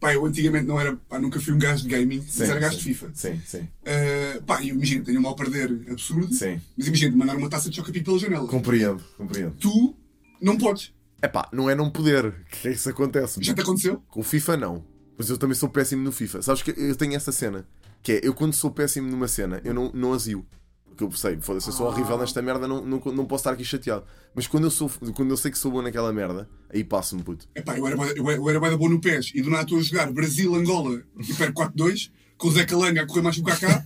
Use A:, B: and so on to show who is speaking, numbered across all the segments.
A: pá, eu antigamente não era, pá, nunca fui um gajo de gaming,
B: Sim,
A: mas era gajo
B: sim.
A: de FIFA.
B: Sim, sim.
A: Uh, pá, eu imagino, tenho um mal perder absurdo,
B: Sim.
A: mas imagina, mandar uma taça de chocapi pela janela.
B: Compreendo, compreendo.
A: Tu não podes.
B: Epá, não é não poder. Que isso acontece.
A: Já te aconteceu?
B: Com o FIFA não. Mas eu também sou péssimo no FIFA. Sabes que eu tenho essa cena. Que é, eu quando sou péssimo numa cena, eu não, não azio. Porque eu sei, foda-se, eu
A: Ah.
B: sou horrível nesta merda, não, não, não posso estar aqui chateado. Mas quando eu, sou, quando eu sei que sou bom naquela merda, aí passo-me puto.
A: Epá, eu era, bué- eu, era- eu era bué da bom no pés e do nada estou a jogar Brasil-Angola e perco 4-2, com o Zé Calanga a correr mais que o Kaká.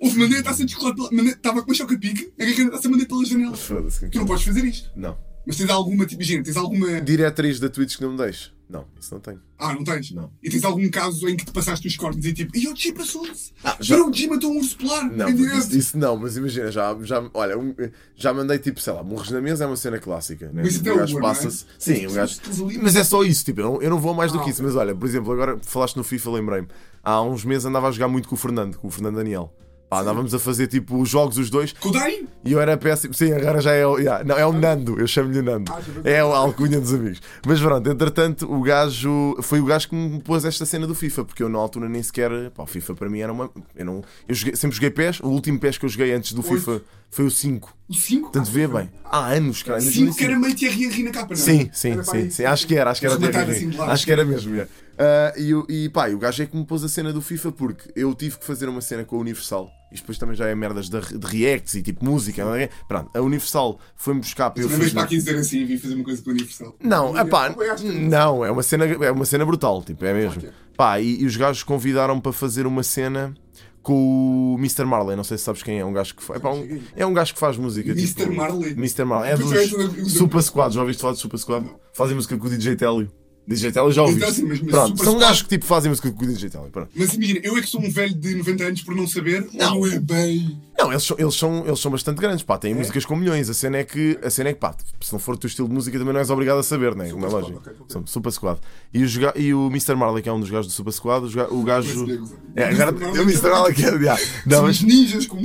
A: Houve, mandei a taça de chocolate, pela- mandei- estava com uma choca-pique, agarrei a taça mandei pela janela.
B: Foda-se.
A: Tu não podes fazer isto.
B: Não.
A: Mas tens alguma, tipo, imagina, tens alguma...
B: Diretriz da Twitch que não me deixe. Não, isso não tenho.
A: Ah, não tens?
B: Não.
A: E tens algum caso em que te passaste os cornos e tipo, e eu G passou-se, ah,
B: já-
A: o G matou um urso polar,
B: Não,
A: em
B: mas
A: direto.
B: isso, isso não, mas imagina, já, já, olha, um- já mandei tipo, sei lá, morres na mesa é uma cena clássica. Né?
A: Mas isso é
B: o gajo
A: humor, não é?
B: passa-se. Sim, o gajo.
A: Estás ali. Ah,
B: Mas é só isso, tipo, eu não, eu não vou mais do que isso. Mas olha, por exemplo, agora falaste no FIFA, lembrei-me. Há uns meses andava a jogar muito com o Fernando, com o Fernando Daniel. Pá, andávamos a fazer tipo os jogos os dois
A: Kodai?
B: e eu era péssimo. Sim, agora já é o. yeah, não, é o Nando, eu chamo-lhe o Nando. É o alcunha dos amigos. Mas pronto, entretanto, o gajo. Foi o gajo que me pôs esta cena do FIFA, porque eu na altura nem sequer. Pá, o FIFA para mim era uma. Eu, não, eu joguei- sempre joguei PES, o último PES que eu joguei antes do FIFA foi o 5.
A: O 5?
B: Portanto, vê bem, há anos, cara. em
A: 5 que
B: 2005.
A: era meio Thierry Henry na capa, não é?
B: Sim, sim,
A: Era para
B: sim,
A: aí.
B: sim. Acho que era, acho que era
A: Eles
B: até
A: mataram assim de
B: Henry.
A: lado.
B: Acho que era mesmo. é. Ah, e, o- e pá, e o gajo é que me pôs a cena do FIFA porque eu tive que fazer uma cena com a Universal. Isto depois também já é merdas de, de reacts e tipo música. não é? Pronto, a Universal foi-me buscar para eu
A: Uma vez
B: fazer.
A: para aqui dizer assim, vim fazer uma coisa com o Universal.
B: Não, é pá,
A: Eu acho que-
B: não, é uma cena, é uma cena brutal, tipo, é mesmo. Pá, e, e os gajos convidaram-me para fazer uma cena com o Mr. Marley, não sei se sabes quem é, um gajo que faz, é, pá, um, é um gajo que faz música.
A: Mr.
B: Tipo,
A: Marley?
B: Mr. Marley, é
A: Tu fez o- o-
B: dos Super Squad, já ouviste falar de Super Squad? Fazem música com o DJ Telio. DJ Telio já ouviste.
A: Então, sim, mas- mas
B: pronto,
A: Super
B: são
A: Squad-
B: gajos que tipo fazem música com o DJ Telio, pronto.
A: Mas imagina, eu é que sou um velho de 90 anos por não saber, não, é bem.
B: Não, eles são, eles são, eles são bastante grandes, pá, têm músicas com milhões. A cena é que, a cena é que pá, se não for o teu estilo de música também não és obrigado a saber, né? Como é lógico. São Super Squad. E o, joga- e o Mr. Marley, que é um dos gajos do Super Squad, o, joga- o gajo.
A: Brasileiro.
B: É, agora
A: Mr.
B: o Mr. Marley que é. yeah. Não, mas.
A: Os ninjas como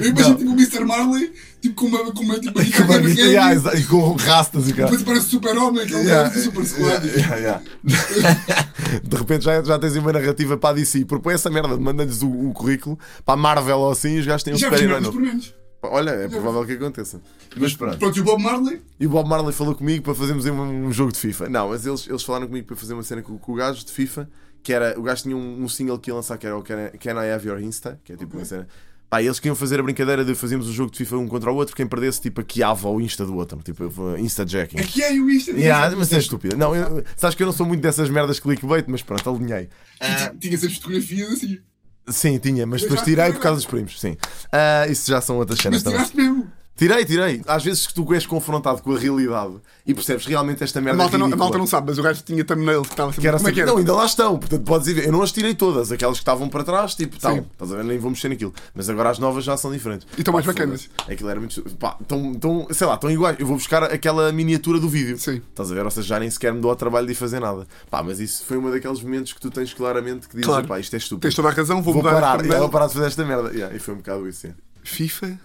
A: Eu imagino tipo o Mr. Marley, tipo com uma. Com uma tipo,
B: com
A: uma
B: uma guita- yeah, exa- E com rastas e cara.
A: Depois parece super-homem, aquele
B: Yeah,
A: cara do Super
B: yeah,
A: Squad.
B: yeah, yeah. de repente já, já tens uma narrativa para a DC. Propõe essa merda, manda-lhes o, o currículo para a Marvel ou assim e os gajos têm um
A: Já vi
B: super-herói.
A: merdas por
B: novo.
A: menos.
B: Olha, é provável que aconteça. Mas pronto.
A: Pronto, e o Bob Marley?
B: E o Bob Marley falou comigo para fazermos um, um jogo de FIFA. Não, mas eles, eles falaram comigo para fazer uma cena com, com o gajo de FIFA, que era. O gajo tinha um, um single que ia lançar que era o Can I, Can I Have Your Insta, que é tipo uma cena. Pá, eles queriam fazer a brincadeira de fazermos um jogo de FIFA um contra o outro, quem perdesse tipo hackeava o Insta do outro, tipo Insta-jacking.
A: Aqui é o Insta.
B: Yeah, mas é estúpida. Não, eu, sabes que eu não sou muito dessas merdas clickbait, mas pronto, alinhei.
A: Tinha essas fotografias assim.
B: Sim, tinha, mas
A: Eu Ah.
B: depois
A: já
B: tirei
A: tirei.
B: por causa dos primos, sim. Ah, isso já são outras
A: Mas
B: cenas também.
A: tiraste mesmo.
B: Tirei, tirei. Às vezes que tu és confrontado com a realidade e percebes realmente esta merda. é ridícula.
A: sabe, mas o gajo tinha thumbnails é que estava
B: Que
C: é
B: era sempre- Não, ainda lá estão. Portanto, podes ir ver. Eu não as tirei todas. Aquelas que estavam para trás, tipo, tal. Estás a ver? Nem vou mexer naquilo. Mas agora as novas já são diferentes.
A: E estão mais
B: Pá,
A: bacanas.
B: foda-se. Aquilo era muito. Pá, estão, estão- sei lá, estão iguais. Eu vou buscar aquela miniatura do vídeo.
A: Sim.
B: Estás a ver? Ou seja, já nem sequer me dou ao trabalho de ir fazer nada. Pá, mas isso foi um daqueles momentos que tu tens claramente que dizes,
A: Claro.
B: pá, isto é estúpido.
A: Tens toda a razão, vou,
B: Vou
A: mudar
B: parar,
A: a
B: yeah, vou
A: thumbnail.
B: parar de fazer esta merda. Yeah, e foi um bocado isso. yeah.
A: FIFA.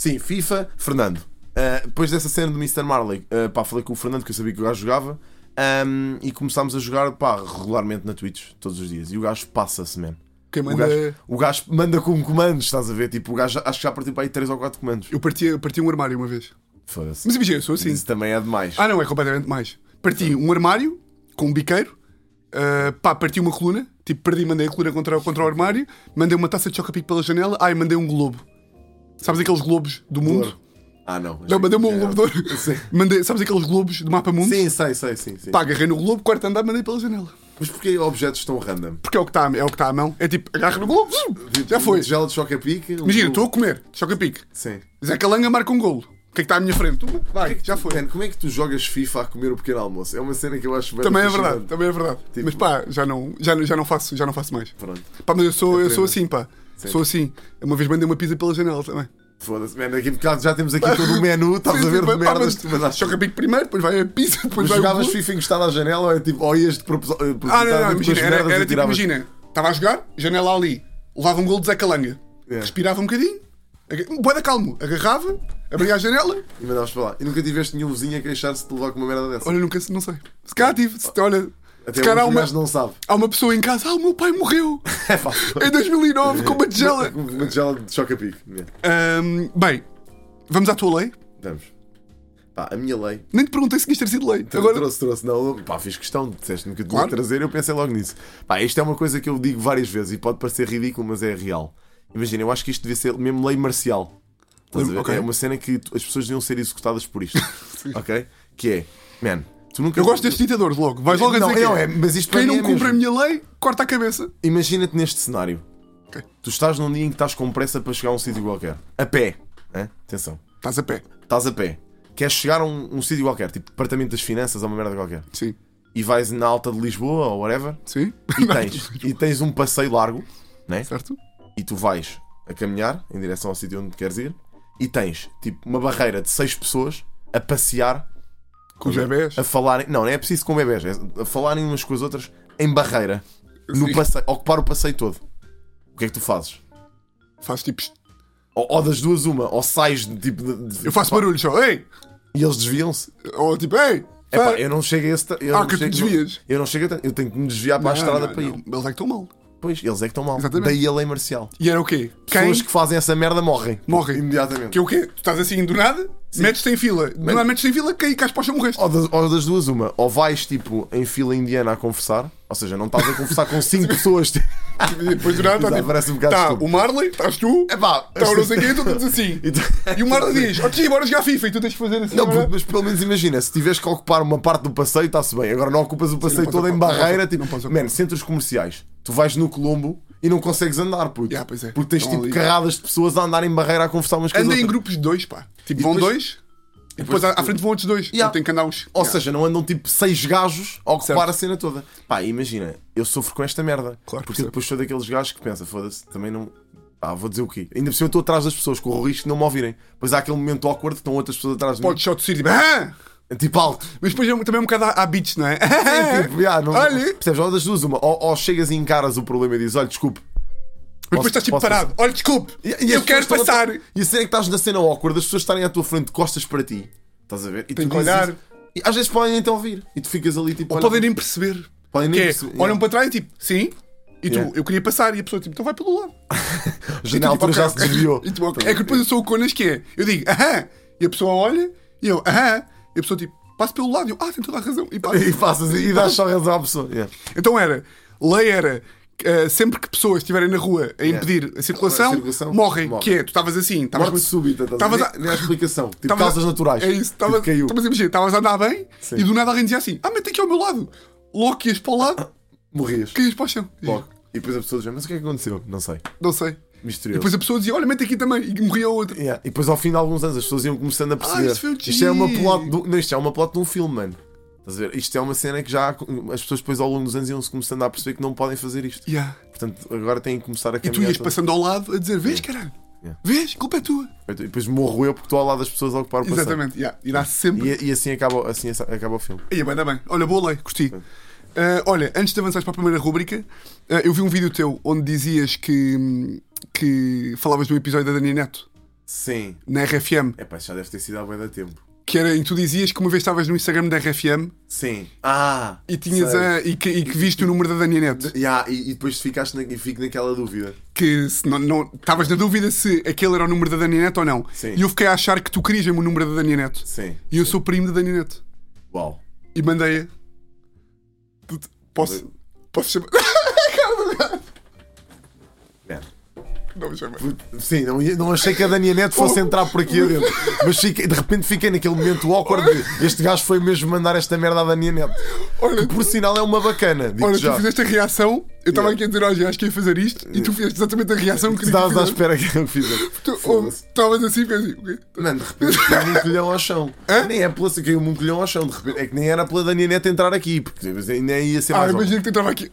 B: Sim, FIFA, Fernando. Ah, depois dessa cena do Mr. Marley, ah, pá, falei com o Fernando que eu sabia que o gajo jogava ahm, e começámos a jogar pá, regularmente na Twitch, todos os dias. E o gajo passa-se, man.
C: Quem
B: O
C: manda. é-
B: gajo, o gajo manda com comandos, estás a ver? Tipo, o gajo acho que já partiu para aí 3 ou 4 comandos.
C: Eu parti, eu parti um armário uma vez.
B: Foda-se.
C: Mas imagina, eu sou assim.
B: Isso também é demais.
C: Ah, não, é completamente mais. Parti um armário com um biqueiro. ah, pá, parti uma coluna. Tipo, perdi, mandei a coluna contra, o- contra o armário. Mandei uma taça de chocapic pela janela. Ai, mandei um globo. Sabes aqueles globos do mundo?
B: Ah, não.
C: Não, mandei-me um globo de ouro.
B: Sim.
C: Mandei, sabes aqueles globos do mapa mundo?
B: Sim, sei, sei, sim. sim.
C: Pá, agarrei no globo, quarto andar, mandei pela janela.
B: Mas porquê objetos tão random?
C: Porque é o que está é o que tá à mão. É tipo, agarra no globo. zum, Já foi.
B: Um gelo de choca-pique. um
C: Imagina, estou
B: globo-
C: a comer, chocapic.
B: Sim.
C: Zé Calanga marca um golo. O que é que está à minha frente?
B: Então,
C: Toma, Vai, já foi.
B: Man, como é que tu jogas FIFA a comer o pequeno almoço? É uma cena que eu acho bem
C: Também é
B: fascinante.
C: verdade, também é verdade.
B: Tipo-
C: mas pá, já não, já, não- já não faço, já não faço mais.
B: Pronto. É
C: Pá, mas eu sou, eu sou
B: tremendo.
C: assim, pá. Sou assim. Uma vez mandei uma pizza pela janela também.
B: Foda-se, man, aqui bocado já temos aqui todo o menu, estás a ver
C: tipo, é,
B: de merdas que tu mandaste.
C: Choca bico primeiro, depois vai a pizza, depois
B: Mas
C: vai o
B: jogavas
C: bolo.
B: FIFA encostado à janela ou, é tipo, ou ias de propos- eh,
C: Ah, não, não,
B: propositadamente com as
C: imagina, era,
B: merdas
C: era
B: e
C: tipo,
B: tiravas.
C: imagina, estava a jogar, janela ali, levava um gol de Zé Calanga,
B: Yeah.
C: respirava um bocadinho, aga- um boeda calmo, agarrava, abria a janela,
B: E mandavas para lá. E nunca tiveste nenhum vizinho a queixar-se de te levar com uma merda dessa.
C: olha, nunca, se- não sei. Se calhar tive, se- olha,
B: Até
C: calhar
B: hoje
C: há
B: o
C: uma-
B: gajo não sabe.
C: Há uma pessoa em casa, ah, o meu pai morreu
B: É fácil.
C: em 2009 com uma tigela.
B: Uma tigela de choca-pique. né? Yeah.
C: Ahm, bem, vamos à tua lei?
B: Vamos. Pá, a minha lei.
C: Nem te perguntei se quis ter sido lei.
B: Agora...
C: Agora,
B: Então, Trouxe, trouxe. Não, pá, fiz questão. Disseste-me que eu tinha
C: Claro.
B: de trazer eu pensei logo nisso. Pá, isto é uma coisa que eu digo várias vezes e pode parecer ridículo, mas é real. Imagina, eu acho que isto devia ser mesmo lei marcial. Estás a
C: Lei-
B: ver?
C: ok.
B: É uma cena que tu- as pessoas deviam ser executadas por isto. ok? Que é, man, tu nunca.
C: eu gosto destes ditadores logo. Vais logo a
B: Não,
C: dizer
B: não,
C: que
B: é, mas isto para
C: quem
B: mim
C: não
B: é
C: cumpre a
B: mesmo.
C: minha lei, corta a cabeça.
B: Imagina-te neste cenário.
C: Ok.
B: Tu estás num dia em que estás com pressa para chegar a um sítio qualquer. A pé. Hã? Atenção.
C: Estás a pé.
B: Estás a pé. Queres chegar a um, um sítio qualquer, tipo Departamento das Finanças ou uma merda qualquer.
C: Sim.
B: E vais na alta de Lisboa ou whatever.
C: Sim.
B: E tens, e tens um passeio largo, né?
C: Certo?
B: E tu vais a caminhar em direção ao sítio onde queres ir. E tens, tipo, uma barreira de seis pessoas a passear,
C: Com os bebés.
B: a falarem. Não, não é preciso com bebés, é a falarem umas com as outras em barreira. No
C: Sim.
B: passeio, ocupar o passeio todo. O que é que tu fazes?
C: Faço tipo.
B: Ou, ou das duas, uma, ou sais de tipo. de- de-
C: Eu faço barulho só. Ei!
B: E eles desviam-se.
C: Ou tipo, ei!
B: É pá,
C: fa-
B: eu não chego a esse. tra- Eu
C: Ah,
B: não
C: que tu
B: chego-
C: desvias.
B: Eu não chego a tanto. Eu tenho que me desviar para a
C: Não,
B: estrada
C: não,
B: para
C: não.
B: ir.
C: Eles é que estão mal.
B: Pois, eles é que estão mal.
C: Exatamente.
B: Daí a lei marcial.
C: E era o quê?
B: Pessoas
C: Quem?
B: que fazem essa merda morrem.
C: Morrem.
B: Imediatamente.
C: Que é o quê? Tu estás assim do nada, metes-te em fila. Do nada metes-te em fila, caí cá as postas morreste.
B: Ou das, ou das duas, uma. Ou vais tipo em fila indiana a conversar. Ou seja, não estás a conversar com cinco pessoas. tipo.
C: E depois do nada,
B: Exato,
C: tá, tipo,
B: parece um bocado
C: tá
B: estúpido. É
C: o Marley, estás tu,
B: Epá,
C: está o então não sei quem, estão todos assim.
B: E tu-
C: E o Marley diz: Ok, bora jogar FIFA. E tu tens de fazer assim.
B: Então, Não,
C: não é?
B: puto, mas pelo menos imagina, se tiveres que ocupar uma parte do passeio, está-se bem. Agora não ocupas o passeio
C: posso
B: todo em
C: ocupar, não
B: barreira,
C: posso- não posso
B: tipo,
C: ocupar.
B: man, centros comerciais. Tu vais no Colombo e não consegues andar, puto.
C: Yeah, pois é.
B: Porque tens
C: Estão
B: tipo
C: ali.
B: carradas de pessoas a andar em barreira a conversar umas com as
C: Andem em
B: outras.
C: grupos de dois, pá. Tipo, vão
B: depois-
C: dois, e depois à, à frente vão outros dois.
B: Yeah.
C: Eu tenho que andar uns.
B: Ou
C: Yeah.
B: seja, não andam tipo seis gajos a ocupar
C: Certo.
B: a cena toda. Pá, imagina, eu sofro com esta merda.
C: Claro,
B: porque eu
C: percebo.
B: depois sou daqueles gajos que pensa, foda-se, também não. Pá, vou dizer o quê? Ainda por cima eu estou atrás das pessoas, com o risco de não me ouvirem. Pois há aquele momento awkward que estão outras pessoas atrás de
C: Podes só tossir, tipo, ah!
B: mim. Tipo alto.
C: Mas depois é um- também é um bocado à, à bitch, não é?
B: Tipo, yeah, não,
C: Olha!
B: Percebes? Ou das duas, uma. Ou, ou chegas e encaras o problema e dizes, olha, desculpe.
C: Mas depois estás tipo
B: posso passar?
C: parado. Olha, desculpe,
B: as
C: eu
B: pessoas
C: quero
B: estão a-
C: passar.
B: E a cena é que estás na cena awkward, as pessoas estarem à tua frente de costas para ti. Estás a ver? E
C: Tenho
B: tu
C: que
B: dizes
C: olhar.
B: isso. E às vezes podem até ouvir. E tu ficas ali tipo.
C: Ou
B: olha-
C: podem nem perceber.
B: Podem nem
C: que é,
B: perceber,
C: olham
B: yeah.
C: para trás e tipo, sim. E tu,
B: Yeah.
C: eu queria passar. E a pessoa, tipo, então vai pelo lado.
B: Já na altura
C: Tipo,
B: já se
C: ok, ok.
B: desviou. Tá
C: E tu, ok. É que depois eu sou o Conas que é. Eu digo, aham. E a pessoa olha. E eu, aham. E a pessoa, tipo, passo pelo lado. E eu, ah, tem toda a razão. E passo.
B: E passas e dás só razão à pessoa. Yeah.
C: Então era, lei era, eh, sempre que pessoas estiverem na rua a impedir a circulação,
B: A circulação,
C: morrem.
B: morrem.
C: Que é, tu estavas assim, estavas
B: Morte
C: muito...
B: súbita, estás
C: estavas
B: Ah, a ver? tá, Nem há explicação. Tipo
C: estavas a-
B: causas naturais.
C: É isso,
B: Tipo,
C: estavas
B: caiu.
C: estavas a imagina, estavas a andar bem
B: Sim.
C: e do nada alguém dizia assim, ah, mete aqui ao meu lado. Logo que ias para o lado,
B: Morrias.
C: caías para o chão. E eu,
B: Logo. E depois a pessoa dizia, mas o que é que aconteceu? Não sei.
C: Não sei.
B: Misterioso.
C: Depois a pessoa dizia, olha, mete aqui também. E morria a outra.
B: Yeah. E depois ao fim de alguns anos as pessoas iam começando a perceber.
C: isto foi o
B: isto é uma
C: G.
B: plot do... não, isto é uma plot de um filme, mano. Estás a ver? Isto é uma cena que já as pessoas depois ao longo dos anos iam-se começando a perceber que não podem fazer isto.
C: Yeah.
B: Portanto, agora têm que começar a
C: E tu
B: caminhar.
C: ias
B: todos.
C: passando ao lado a dizer, vês, caralho?
B: Yeah.
C: Vês? Culpa é tua.
B: E depois morro eu porque estou ao lado das pessoas a ocupar o passeio.
C: Exatamente. Yeah. Irá sempre
B: E, e assim, acaba, assim acaba o filme.
C: Ia bem, dá bem. Olha, boa lei, curti. Ah, olha, antes de avançares para a primeira rúbrica, ah, eu vi um vídeo teu onde dizias que, que falavas de um episódio da Dani Neto
B: Sim.
C: na RFM,
B: É pá, já deve ter sido há bem da tempo.
C: que era em que tu dizias que uma vez estavas no Instagram da RFM
B: Sim. Ah!
C: e, tinhas
B: sei.
C: a, e, que, e que viste o número da Dani Neto.
B: Ya, e, e depois ficaste na, e fico naquela dúvida.
C: Que se não, não, estavas na dúvida se aquele era o número da Dani Neto ou não.
B: Sim.
C: E eu fiquei a achar que tu querias mesmo o número da Dani Neto.
B: Sim.
C: E eu sou primo da Dani Neto.
B: Uau.
C: E mandei-a. Tu- Posso, posso chamar.
B: Man.
C: Não, chama.
B: Sim, não, ia- não achei que a Dania Neto fosse entrar por aqui adentro. Mas fiquei- de repente fiquei naquele momento awkward de este gajo foi mesmo mandar esta merda à Dania Neto.
C: Olha,
B: Que por sinal é uma bacana. Digo
C: Olha,
B: já.
C: tu fizeste a reação, eu estava
B: Yeah.
C: aqui a dizer, olha, acho que ia fazer isto, e tu fizeste exatamente a reação que
B: Tu estavas à espera que eu fizesse. Foda-se.
C: oh, Estavas assim, fez assim. ok.
B: Mano, de repente caiu um colhão ao chão.
C: Hã?
B: Nem é pela caiu um colhão ao chão, de repente. É que nem era pela Dania Neto entrar aqui, porque nem ia ser
C: Ah,
B: mais.
C: imagina que tu entrava aqui.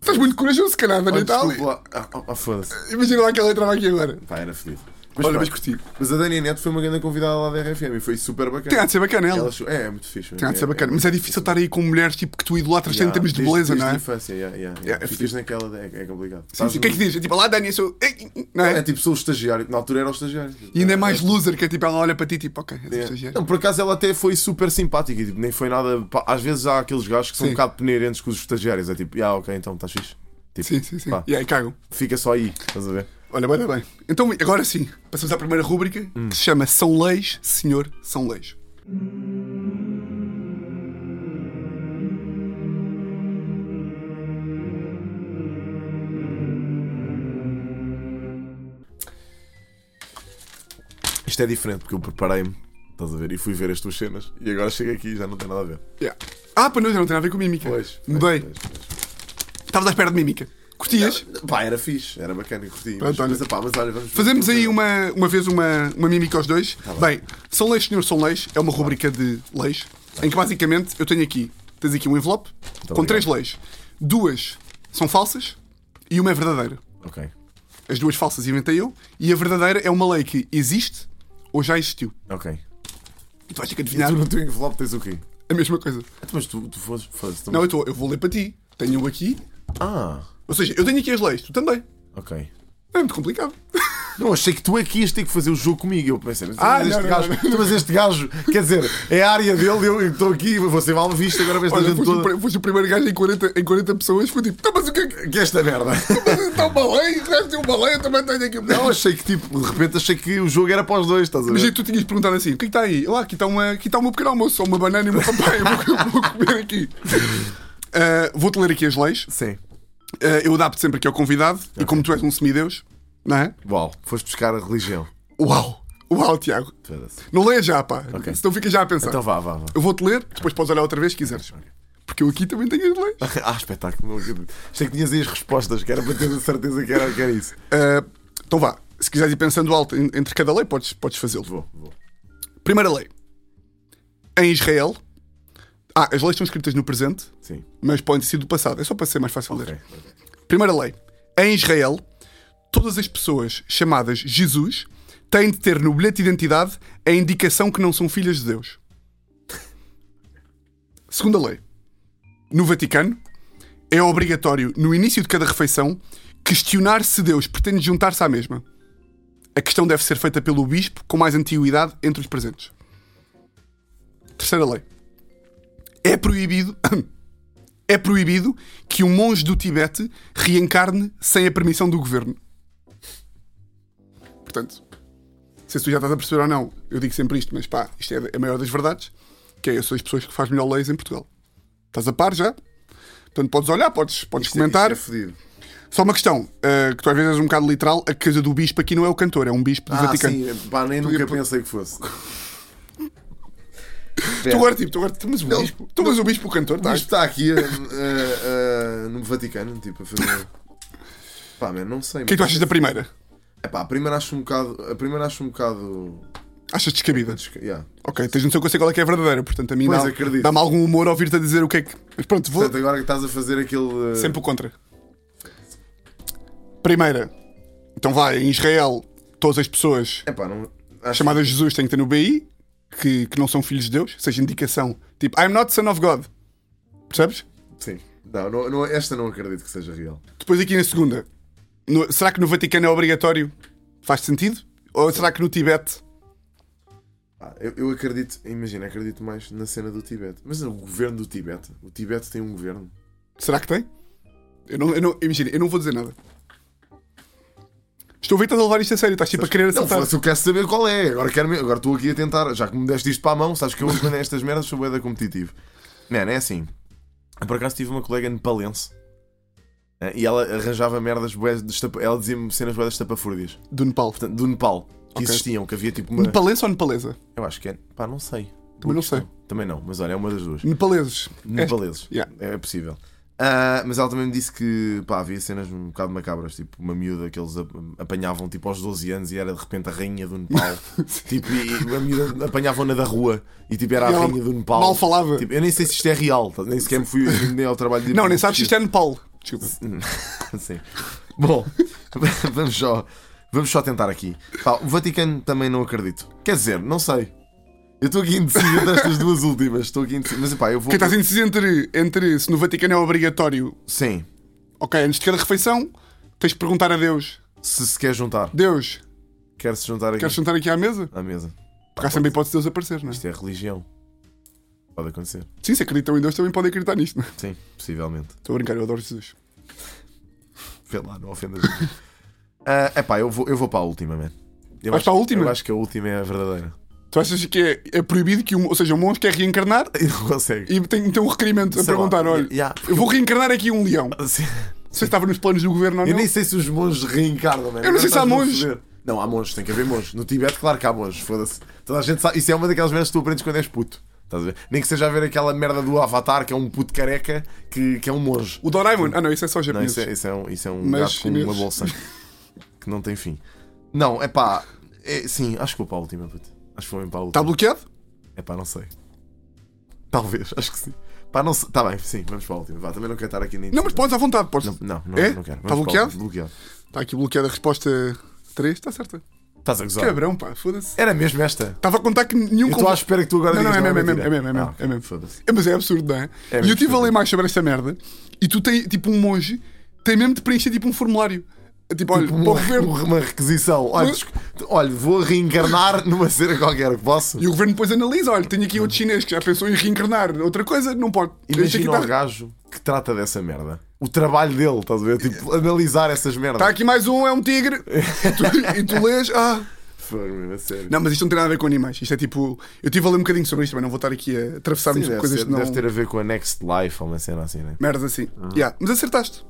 C: Estás muito corajoso, se calhar, Dani
B: óbvio.
C: tal.
B: Desculpa lá. Ah, ah, ah, foda-se.
C: Imagina lá que ela entrava aqui agora.
B: Pá, era fedido.
C: Olha, mas
B: pronto.
C: curti.
B: Mas a Dani Neto foi uma grande convidada lá da RFM e foi super bacana.
C: Tem a de ser bacana ela.
B: Ela chegou- É, é muito fixe.
C: Tem a de ser bacana. Mas é difícil estar aí com mulheres tipo, que tu idolatras yeah, em termos de beleza, não é?
B: infância, yeah, yeah, yeah.
C: É, é
B: Ficas naquela, é, é complicado.
C: Sim,
B: Sabes,
C: sim, O que é que diz? É tipo, lá Dani, eu sou. Não
B: É
C: é?
B: tipo, sou o estagiário. Na altura era o estagiário.
C: E ainda é mais loser, que é tipo, ela olha para ti tipo, ok, és um
B: É.
C: estagiário.
B: Não, por acaso ela até foi super simpática. Tipo, nem foi nada. pá, às vezes há aqueles gajos que são
C: Sim.
B: um bocado peneirentes com os estagiários. É tipo, ah, ok, então estás fixe. Tipo,
C: Sim, sim, sim.
B: pá,
C: E aí cagam.
B: Fica só aí, estás a ver?
C: Olha, bem, bem. Então, agora sim, passamos à primeira rúbrica,
B: Hum.
C: que se chama São Leis, Senhor, São Leis.
B: Isto é diferente porque eu preparei-me, estás a ver? E fui ver as tuas cenas e agora chego aqui e já não tem nada a ver.
C: Yeah. Ah, para não, já não tem nada a ver com mímica. Mudei.
B: pois, pois.
C: Estavas à espera de mímica. Curtias?
B: Pá, era fixe, era bacana, curti.
C: Pronto,
B: mas,
C: olha.
B: mas, pá, mas olha, vamos ver.
C: Fazemos aí uma, uma vez uma, uma mímica aos dois. Tá bem. São Leis, Senhor, São Leis é uma rubrica de leis em que basicamente eu tenho aqui, tens aqui um envelope com
B: obrigado.
C: três leis. Duas são falsas e uma é verdadeira.
B: Ok,
C: As duas falsas inventei eu e a verdadeira é uma lei que existe ou já existiu.
B: ok.
C: E tu vais ter que
B: E
C: adivinhar
B: tu no teu envelope tens o quê?
C: a mesma coisa.
B: Ah, Mas tu, tu foste. foste tu...
C: Não, eu, tô, eu vou ler para ti. Tenho aqui.
B: Ah,
C: Ou seja, eu tenho aqui as leis, tu também.
B: ok.
C: Não é muito complicado.
B: Não, achei que tu aqui ias ter que fazer o jogo comigo. Eu pensei, mas,
C: Ah, não,
B: mas este
C: não,
B: gajo,
C: não,
B: tu, mas este gajo, quer dizer, é a área dele, eu estou aqui, você mal visto, agora vês a
C: Olha,
B: gente
C: foste, o,
B: toda.
C: pri- foste o primeiro gajo em 40, em 40 pessoas, foi tipo, "Tá, mas o que é que.
B: Que esta merda.
C: Está um baleia, o gajo tem um baleia, eu também tenho aqui um
B: Não,
C: baleia.
B: achei que tipo, de repente achei que o jogo era para os dois, estás a ver?
C: Imagina que tu tinhas perguntado assim: o que é que está aí? Ah, aqui está uma, aqui está um pequeno almoço, só uma banana e uma papai, vou, vou comer aqui. Ah, Vou-te ler aqui as leis.
B: Sim.
C: Ah, eu adapto sempre aqui ao convidado, e como tu és um semideus, não é?
B: Uau, foste buscar a religião.
C: Uau! Uau, Tiago!
B: Foda-se.
C: Não leia já, pá!
B: Ok.
C: Senão fica já a pensar.
B: Então vá, vá, vá.
C: Eu vou-te ler, depois podes olhar outra vez se quiseres. Porque eu aqui também tenho as leis.
B: Ah, espetáculo. não acredito. Achei que tinhas aí as respostas, que era para ter a certeza que era, que era isso.
C: Ah, então vá, se quiseres ir pensando alto en- entre cada lei, podes, podes fazê-lo.
B: Vou, vou.
C: Primeira lei. Em Israel. Ah, as leis estão escritas no presente,
B: Sim.
C: mas podem ter sido do passado. É só para ser mais fácil de
B: Ok.
C: ler. Primeira lei. Em Israel, todas as pessoas chamadas Jesus têm de ter no bilhete de identidade a indicação que não são filhas de Deus. Segunda lei. No Vaticano, é obrigatório, no início de cada refeição, questionar se Deus pretende juntar-se à mesma. A questão deve ser feita pelo bispo com mais antiguidade entre os presentes. Terceira lei. É proibido. É proibido que um monge do Tibete reencarne sem a permissão do governo. Portanto, não sei se tu já estás a perceber ou não, eu digo sempre isto, mas pá, isto é a maior das verdades, que é eu sou as pessoas que faz melhor leis em Portugal. Estás a par já? Portanto, podes olhar, podes, podes
B: Isto é-
C: comentar.
B: isto é fodido.
C: Só uma questão, ah, que tu às vezes és um bocado literal, a coisa do bispo aqui não é o cantor, é um bispo do
B: Ah,
C: Vaticano.
B: sim, pá, nem
C: ia
B: nunca
C: pôr-
B: pensei que fosse.
C: Tu agora, tipo, tu agora, tu mas o bispo, tu mas o bispo cantor,
B: Isto
C: tá?
B: está aqui eh, eh, eh, no Vaticano, tipo, a fazer. Pá, mano, não sei.
C: O que é que tu
B: mano.
C: achas da primeira?
B: Epá, a primeira acho um bocado. A primeira acho um bocado.
C: Achas descabida?
B: Yeah.
C: Ok, tens noção que eu sei qual é que é a verdadeira, portanto a mim
B: Pois,
C: dá-
B: acredito.
C: dá-me algum humor ouvir-te a dizer o que é que. Mas pronto, vou
B: Portanto, agora que estás a fazer aquele. eh,
C: sempre o contra. Primeira, então vai, em Israel, todas as pessoas
B: Epá, é não. Acho
C: chamadas Jesus têm que ter no BI, que, que não são filhos de Deus, seja indicação tipo I'm not son of God. Percebes?
B: Sim. Não, não- não- esta não acredito que seja real.
C: Depois aqui na segunda, no- será que no Vaticano é obrigatório? Faz sentido? Ou será que no Tibete?
B: Ah, eu, eu acredito, imagina, acredito mais na cena do Tibete. Mas o governo do Tibete. O Tibete tem um governo.
C: Será que tem? Eu não, eu não, imagina, eu não vou dizer nada. Estou a ver que estás a levar isto a sério, estás tipo a querer
B: Não,
C: acertar.
B: foda-se, eu quero saber qual é. Agora quero mesmo- agora estou aqui a tentar. Já que me deste isto para a mão, sabes que eu quando é estas merdas sou bué da competitivo. Mano, é assim. Eu, Por acaso tive uma colega nepalense eh, e ela arranjava merdas bué de estapa- Ela dizia-me cenas bué de estapafúrdias.
C: Do Nepal.
B: Portanto, do Nepal. Que
C: Ok.
B: existiam, que havia tipo uma.
C: Nepalense ou nepalesa?
B: Eu acho que é. Pá, não sei.
C: Também não sei.
B: Também não, mas olha, é uma das duas.
C: Nepaleses.
B: Nepaleses.
C: É, yeah.
B: É possível. Ah, mas ela também me disse que pá, havia cenas um bocado macabras, tipo uma miúda que eles ap- apanhavam tipo aos 12 anos e era de repente a rainha do Nepal. tipo, e e a miúda apanhavam-na da rua e tipo era
C: E
B: a
C: ela
B: rainha do Nepal.
C: mal falava.
B: Tipo, eu nem sei se isto é real, tá? nem sequer me fui nem ao trabalho de.
C: Não, é nem sabes se isto é Nepal. Desculpa.
B: Sim. Bom, vamos só. Vamos só tentar aqui. Pá, o Vaticano também não acredito. Quer dizer, não sei. Eu estou aqui indeciso entre estas duas últimas. Estou aqui indeciso. Mas pá, eu vou.
C: Quem estás indeciso entre, entre se no Vaticano é obrigatório,
B: Sim.
C: ok, antes de cada refeição, tens de perguntar a Deus:
B: Se se quer juntar,
C: Deus,
B: quer se juntar aqui
C: queres sentar aqui à mesa?
B: à mesa.
C: Porque há sempre a hipótese de Deus aparecer, não é?
B: Isto é religião. Pode acontecer.
C: Sim, se acreditam em Deus, também podem acreditar nisto. não é?
B: Sim, possivelmente.
C: Estou a brincar, eu adoro Jesus.
B: Vê lá, não ofendas. É epá, eu vou, eu vou para a última, man. Eu
C: Vais
B: acho-
C: para a última?
B: Eu acho que a última é a verdadeira.
C: Tu achas que é, é proibido que, um, ou seja, um monge quer reencarnar
B: E não consegue.
C: e tem então um requerimento a
B: Sei lá,
C: perguntar: olha,
B: yeah, porque
C: eu vou reencarnar aqui um leão. Não
B: Assim,
C: sei se estava nos planos do governo ou não.
B: eu nem sei se os monges reencarnam, man.
C: Eu não sei se há
B: Estás-me a
C: monges.
B: foder. Não, há monges, tem que haver monges. No Tibete, claro que há monges, foda-se. Toda a gente sabe. Isso é uma daquelas merdas que tu aprendes quando és puto. Estás a ver? Nem que seja a ver aquela merda do Avatar, que é um puto careca, que, que é um monge.
C: O Doraemon. Ah, não, isso é só
B: Não,
C: japonês.
B: isso é, isso é um, isso é um
C: Mas
B: gato com uma
C: chineses.
B: bolsa que não tem fim. Não, é pá. É, sim, acho que vou para a última, puto. Acho que vou mesmo para a última.
C: Está Tá bloqueado?
B: É pá, não sei. Talvez, acho que sim. Pá, não sei. Tá bem, sim, vamos para a última. Vá, também não quero estar aqui nem.
C: Não, mas podes à vontade, podes.
B: Não, não, não,
C: É?
B: não quero.
C: Tá
B: Vamos para a
C: bloqueado?
B: última. Bloqueado.
C: Está aqui bloqueada a resposta 3, está certa.
B: Estás a gozar.
C: Cabrão, pá, foda-se.
B: Era mesmo esta.
C: Estava a contar que nenhum.
B: Tá. Eu estou à espera que tu agora
C: Não, não,
B: digas.
C: é
B: uma
C: mesmo, é mesmo,
B: mentira.
C: é mesmo, é mesmo,
B: Ah,
C: é mesmo.
B: Foda-se.
C: É, Mas é absurdo, não é?
B: É
C: e
B: mesmo
C: eu estive a ler
B: estúpido.
C: mais sobre esta merda e tu tens, tipo, um monge tem mesmo de preencher, tipo, um formulário. Tipo, olha, para o
B: Uma,
C: governo.
B: uma- Um, uma requisição. Olha,
C: Mas-
B: desco- olha, vou reencarnar numa cena qualquer que posso.
C: E o governo depois analisa: olha, tenho aqui outro chinês que já pensou em reencarnar outra coisa, não pode. Este aqui
B: Imagina o
C: está.
B: gajo que trata dessa merda. O trabalho dele, estás a ver? Tipo, analisar essas merdas.
C: Está aqui mais um, é um tigre. E tu, e tu lês, ah.
B: Foi mesmo, a sério.
C: Não, mas isto não tem nada a ver com animais. Isto é tipo. Eu estive a ler um bocadinho sobre isto, mas não vou estar aqui a atravessar-nos
B: Sim,
C: por
B: deve,
C: coisas
B: ser-
C: que não.
B: deve ter a ver com a Next Life ou uma cena assim, né?
C: Merda assim. Yeah, Mas acertaste.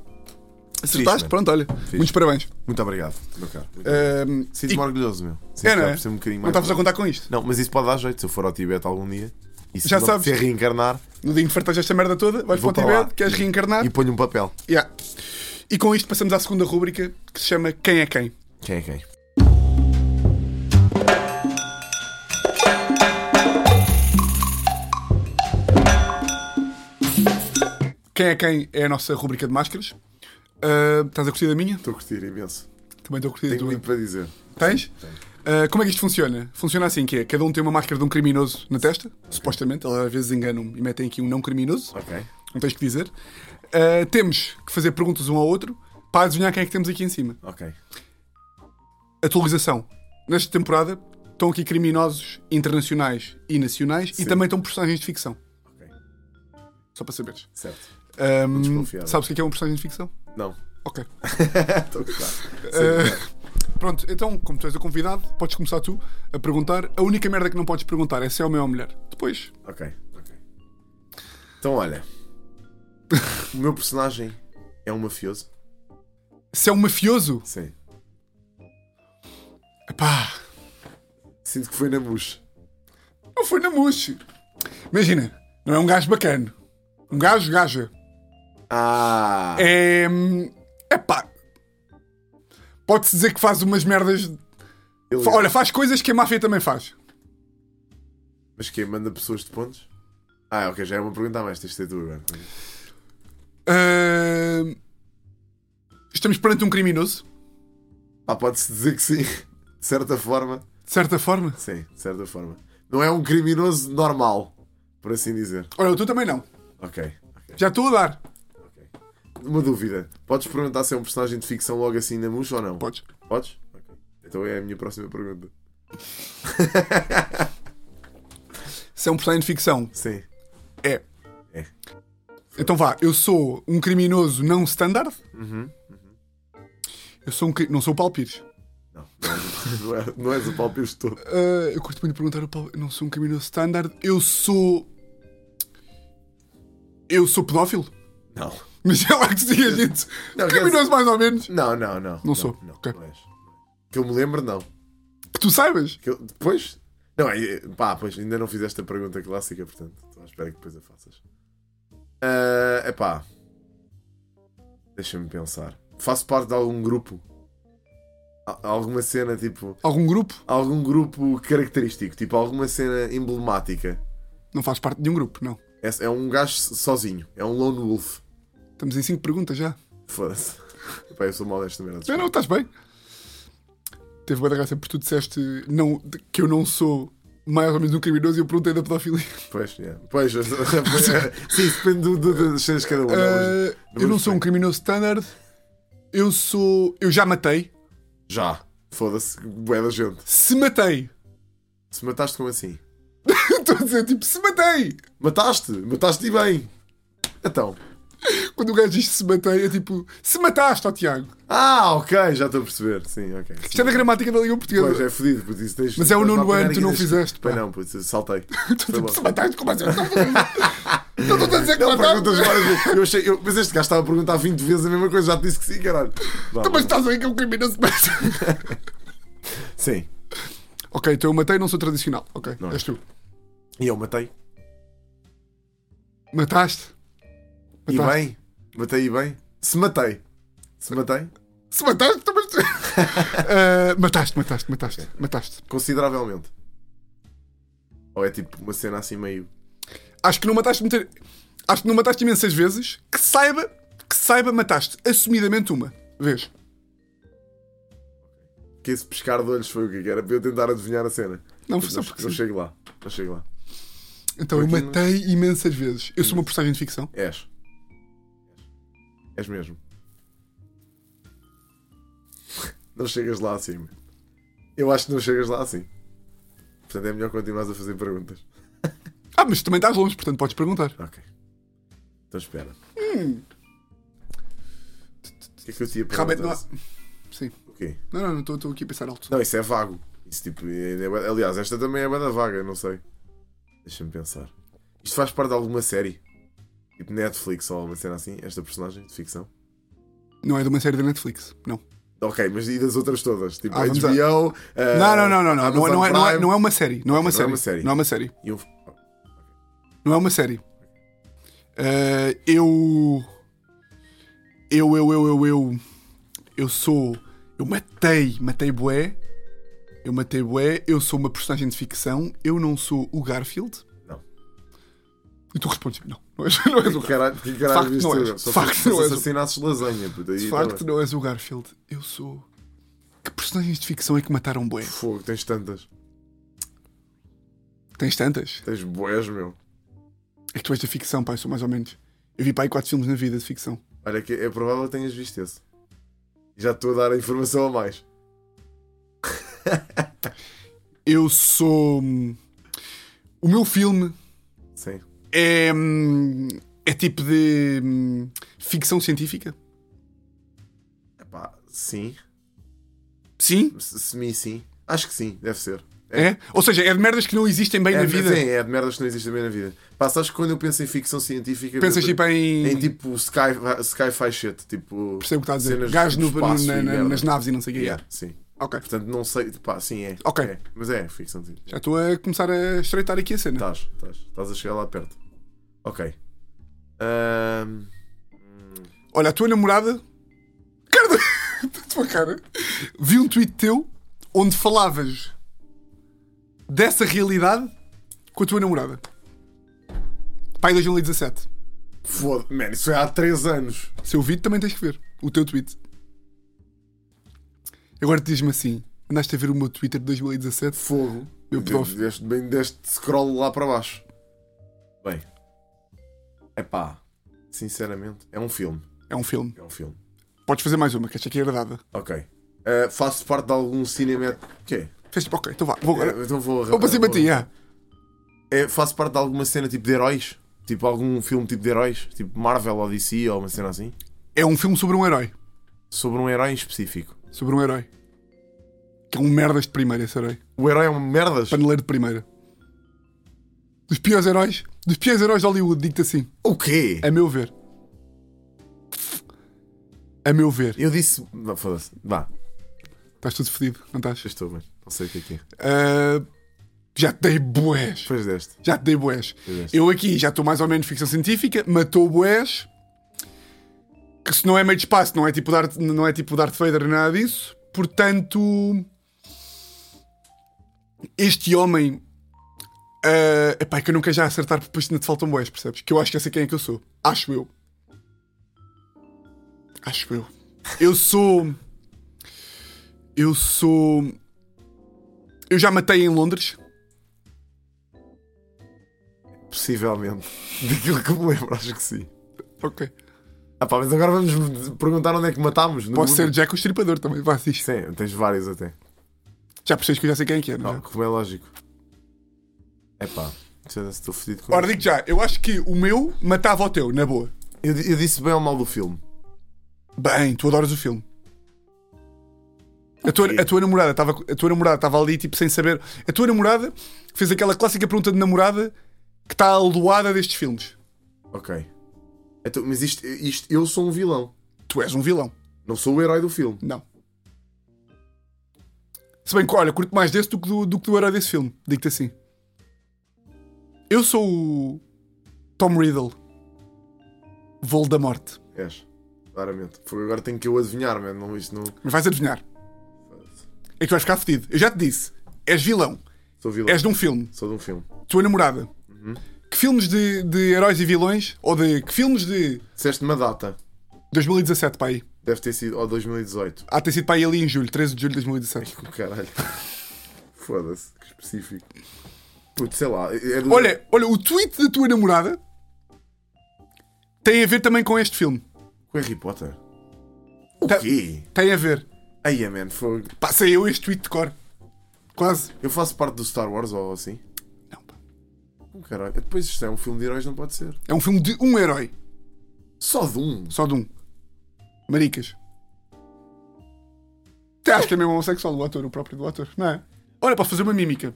C: Acertaste,
B: man.
C: pronto, olha. Muitos parabéns.
B: Muito obrigado, meu caro. Muito
C: Ahm,
B: Sinto-me orgulhoso, meu. Sinto
C: É, não
B: já
C: é?
B: por ser um bocadinho
C: não
B: mais.
C: estavas a contar com isto.
B: Não, mas isso pode dar jeito. Se eu for ao Tibete algum dia e se
C: Já
B: não
C: sabes.
B: se reencarnar,
C: No dia em que fartas esta merda toda, vais
B: Vou
C: para o
B: para lá.
C: Tibete, queres reencarnar.
B: e ponho um papel.
C: Yeah. E com isto passamos à segunda rúbrica que se chama Quem é Quem?
B: Quem é quem?
C: Quem é Quem é a nossa rúbrica de máscaras. Ah, estás a curtir da minha?
B: Estou a curtir imenso.
C: Também estou a curtir da
B: Tenho
C: tua.
B: muito para dizer.
C: Tens? Ah, como é que isto funciona? Funciona assim que é, cada um tem uma máscara de um criminoso na testa, supostamente, eles às vezes enganam-me e metem aqui um não criminoso,
B: Ok.
C: não tens que dizer. Ah, temos que fazer perguntas um ao outro para adivinhar quem é que temos aqui em cima.
B: Ok.
C: Atualização. Nesta temporada estão aqui criminosos internacionais e nacionais e também estão personagens de ficção,
B: Ok.
C: só para saberes.
B: Certo.
C: Ahm,
B: desconfiado.
C: sabes o que é que é um personagem de ficção?
B: Não.
C: Ok.
B: Estou a gostar.
C: Pronto, então, como tu és o convidado, podes começar tu a perguntar. A única merda que não podes perguntar é se é homem ou mulher. Depois,
B: Ok, ok. Então olha. o meu personagem é um mafioso.
C: se é um mafioso,
B: Sim.
C: Epá,
B: Sinto que foi na bucha.
C: não foi na mousse. Imagina, não é um gajo bacana. Um gajo, gaja.
B: Ah!
C: É. hum, Epá. Pode-se dizer que faz umas merdas.
B: ele- é-
C: Fa- Olha, faz coisas que a máfia também faz.
B: Mas quem manda pessoas de pontos? Ah, ok, já é uma pergunta a mais, tens de ter é? tu agora.
C: Hum, Estamos perante um criminoso,
B: Ah, pode-se dizer que sim. De certa forma.
C: de certa forma.
B: Sim, de certa forma. Não é um criminoso normal, por assim dizer.
C: Olha, tu também não.
B: Ok, ok,
C: Já estou a dar.
B: ok. Uma dúvida. Podes perguntar se é um personagem de ficção logo assim na murcha ou não?
C: Podes.
B: Podes? Ok. Então é a minha próxima pergunta.
C: Se é um personagem de ficção,
B: Sim.
C: é.
B: É.
C: Então vá, eu sou um criminoso não standard.
B: Uhum.
C: Eu sou um. cri- Não sou o Paulo Pires.
B: Não, não, é, não és o Paulo Pires todo.
C: Ah, eu curto muito perguntar ao Paulo. eu Não sou um criminoso standard. Eu sou. Eu sou pedófilo.
B: Não.
C: Mas é lá que se diga, gente.
B: Não, quer
C: criminoso, mais ou menos.
B: Não, não, não.
C: Não sou.
B: Não,
C: Ok.
B: não és. Que eu me lembro, não.
C: Que tu saibas.
B: Que eu- depois. Não, é, pá, pois ainda não fizeste a pergunta clássica, portanto. Estou à espera que depois a faças. É pá. Deixa-me pensar. Faço parte de algum grupo? Al- Alguma cena tipo.
C: Algum grupo?
B: Algum grupo característico? Tipo, alguma cena emblemática?
C: Não faz parte de um grupo, não.
B: É, é um gajo sozinho. É um lone wolf.
C: Estamos em cinco perguntas já.
B: Foda-se. Epá, eu sou mal desta merda.
C: Já não, estás bem. teve uma graça porque tu disseste não, que eu não sou mais ou menos um criminoso e eu perguntei da pedofilia.
B: Pois, yeah. pois, é, pois, sim, isso depende do, do, das cenas de cada um.
C: Ah, eu não sou um criminoso standard. Eu sou. Eu já matei.
B: Já. Foda-se, bué da gente.
C: Se matei.
B: Se mataste como assim?
C: Estou a dizer, tipo, se matei.
B: Mataste? Mataste e bem. Então.
C: Quando o gajo diz se matei, é tipo, se mataste, ó Tiago.
B: Ah, ok, já estou a perceber. Sim, ok. sim.
C: Isto é da gramática da língua portuguesa.
B: Pois é fodido, putz, isso tens-
C: Mas é o
B: tens
C: nono
B: lá a
C: ano, tu não
B: pegar aqui nas-
C: fizeste, pá.
B: Pois não, putz, saltei.
C: Tu,
B: Foi bom.
C: tipo, se mataste, como assim? Então, Não estou a dizer que
B: Não, perguntas
C: mataste.
B: várias vezes. Eu achei, eu- mas este gajo estava a perguntar 20 vezes a mesma coisa, já te disse que sim, caralho. Vá,
C: Então, Mas
B: vá.
C: estás aí que é um criminoso.
B: Sim.
C: ok, então eu matei, não sou tradicional. Ok,
B: Não é.
C: és tu.
B: E eu matei.
C: Mataste.
B: E
C: Mataste.
B: bem. Matei e bem. Se matei. Se matei,
C: Se mataste, então, mas... Ah, mataste, mataste, mataste, mataste.
B: consideravelmente. Ou é tipo uma cena assim meio.
C: Acho que não mataste muita- Acho que não mataste imensas vezes. Que saiba, que saiba, mataste assumidamente uma vez.
B: Que esse pescar de olhos foi o que que era para eu tentar adivinhar a cena.
C: Não,
B: Mas
C: só
B: não,
C: porque
B: não
C: sim.
B: chego lá. Não chego lá.
C: Então eu
B: Porque não-
C: matei imensas vezes. Eu sou uma personagem de ficção.
B: És. És mesmo. Não chegas lá assim. meu. Eu acho que não chegas lá assim. Portanto, é melhor continuares a fazer perguntas.
C: Ah, mas também estás longe, portanto podes perguntar.
B: Ok. Então espera.
C: Hum.
B: O que é que eu tinha
C: Realmente não há...
B: perguntado?
C: Sim.
B: O quê?
C: Não, não, não estou- estou aqui a pensar alto.
B: Não, isso é vago. Isso, tipo, é- é bué- aliás, esta também é banda vaga, não sei. Deixa-me pensar. Isto faz parte de alguma série? Tipo Netflix ou alguma cena assim? Esta personagem de ficção?
C: Não é de uma série da Netflix, não.
B: Ok, mas e das outras todas? Tipo
C: Ah, vamos a-
B: HBO. eh,
C: Não, não, não, não, não. Não,
B: Amazon
C: não é, não, é,
B: Prime
C: não é uma série. Não é uma
B: Não é
C: série.
B: uma série.
C: Não é uma série.
B: e um-
C: Não é uma série. Ah, eu... Eu, eu, eu, eu, eu... Eu sou... Eu matei. Matei bué. Eu matei bué. Eu sou uma personagem de ficção. Eu não sou o Garfield.
B: Não.
C: E tu respondes, não. Não és, não és o
B: Que caralho, que caralho
C: Facto
B: viste
C: não
B: tu?
C: és.
B: Só
C: Facto
B: se-
C: não
B: se
C: és.
B: assassinasses lasanha, puta. aí
C: De
B: tá
C: facto,
B: bem.
C: não és o Garfield. Eu sou. Que personagens de ficção é que mataram bué?
B: Fogo, tens tantas.
C: Tens tantas?
B: Tens boés, meu.
C: É que tu és da ficção, pai, sou mais ou menos. Eu vi, pai, quatro filmes na vida de ficção.
B: Olha, que é provável que tenhas visto esse. Já te estou a dar a informação a mais.
C: Eu sou. hum, O meu filme
B: Sim.
C: é. hum, É tipo de. hum, Ficção científica?
B: Epá, sim.
C: Sim?
B: Se- Semi, sim. Acho que sim, deve ser.
C: É? Ou seja, é de merdas que não existem bem
B: É,
C: na
B: de-
C: vida.
B: Sim, é de merdas que não existem bem na vida. Pá, sabes que quando eu penso em ficção científica.
C: Pensas
B: eu-
C: tipo em.
B: Em tipo sky, sci-fi shit. Tipo.
C: Percebo o que estás a dizer.
B: cenas
C: Gás
B: de
C: no,
B: espaço
C: na-
B: e
C: na-
B: merda.
C: nas naves e não sei o que
B: Yeah, sim.
C: Ok.
B: Portanto, não sei. Pá, sim, é.
C: Ok.
B: É. Mas é, ficção científica.
C: Já estou a começar a estreitar aqui a cena.
B: Estás, estás. Estás a chegar lá perto. Ok. Ahm,
C: Olha, a tua namorada. Cara, da tua cara. Vi um tweet teu onde falavas dessa realidade com a tua namorada. Pai 2017.
B: Foda-se, man, isso é há 3 anos.
C: Se eu vi, também tens que ver o teu tweet. Agora diz-me assim: andaste a ver o meu Twitter de 2017?
B: Fogo.
C: Meu prof.
B: Deste, bem, deste scroll lá para baixo. Bem. É pá. Sinceramente, é um filme.
C: É um filme.
B: É um filme.
C: Podes fazer mais uma, que esta aqui é herdada.
B: Ok. Uh, faço parte de algum cinema. O quê?
C: Fez tipo, ok, então vá, vou agora.
B: Eh, então vou.
C: Vou para cima de ti,
B: vou-
C: yeah.
B: É, faço parte de alguma cena tipo de heróis? Tipo algum filme tipo de heróis? Tipo Marvel ou DC ou uma cena assim?
C: É um filme sobre um herói.
B: Sobre um herói em específico.
C: Sobre um herói. Que é um merdas de primeira, esse herói.
B: O herói é um merdas?
C: paneleiro de primeira. Dos piores heróis, dos piores heróis de Hollywood, digo-te assim,
B: O quê?
C: a meu ver. A meu ver.
B: Eu disse. Não, Foda-se. Vá,
C: Estás tudo fedido, não estás?
B: já estou, mas não sei o que é que é.
C: Ah, já te dei boés.
B: Depois deste.
C: Já te dei boés.
B: Pois é.
C: Eu aqui já estou mais ou menos ficção científica, matou boés. Que se não é meio de espaço, não é tipo Darth, não é tipo Darth Vader nem nada disso. Portanto, este homem. ah, epá, é que eu não quero já acertar porque depois ainda te faltam boés, percebes? Que eu acho que eu sei quem é que eu sou. Acho eu. Acho eu. Eu sou. Eu sou. Eu já matei em Londres.
B: Possivelmente. Daquilo que me lembro, acho que sim.
C: Ok.
B: Ah, pá, mas agora vamos perguntar onde é que matámos. no
C: Posso ser
B: mundo.
C: Jack o Estripador também, vá, diz.
B: Sim, tens vários até.
C: Já percebes que eu já sei quem é que é, não é?
B: Não, como é lógico. É pá, estou fodido com
C: Ora, digo já, eu acho que o meu matava o teu, na boa.
B: eu, di- eu disse bem ou mal do filme.
C: Bem, tu adoras o filme. A tua, a tua namorada estava a tua namorada estava ali tipo sem saber. A tua namorada fez aquela clássica pergunta de namorada que está aloada destes filmes.
B: Ok. Então, mas isto, isto, eu sou um vilão.
C: Tu és um vilão.
B: Não sou o herói do filme.
C: Não. Se bem que, olha, curto mais desse do que do, do, que do herói desse filme. Digo-te assim. Eu sou o Tom Riddle. Voo da morte.
B: És. Claramente. Porque agora tenho que eu adivinhar, mano. Não, isto não.
C: Mas vais adivinhar. É que tu vais ficar fedido. Eu já te disse. És vilão.
B: Sou vilão.
C: És de um filme.
B: Sou de um filme.
C: Tua namorada. Que filmes de, de heróis e vilões? Ou de. Que filmes de
B: Disseste uma data.
C: 2017 para aí?
B: Deve ter sido. Ou 2018.
C: Há de ter sido para aí ali em julho, 13 de julho de 2017.
B: Com caralho. Foda-se. Que específico. Puto, sei lá. é do-
C: Olha, olha, o tweet da tua namorada tem a ver também com este filme.
B: Com Harry Potter.
C: Tá-
B: O quê?
C: Tem a ver.
B: Aí, é, man. Fogo.
C: Pá, sei eu este tweet de cor. Quase.
B: Eu faço parte do Star Wars ou assim?
C: Não, pá.
B: Com caralho. Depois isto é um filme de heróis, não pode ser.
C: É um filme de um herói.
B: Só de um.
C: Só de um. Maricas. Até acho que é mesmo homossexual do ator, o próprio do ator, não é? Olha, posso fazer uma mímica.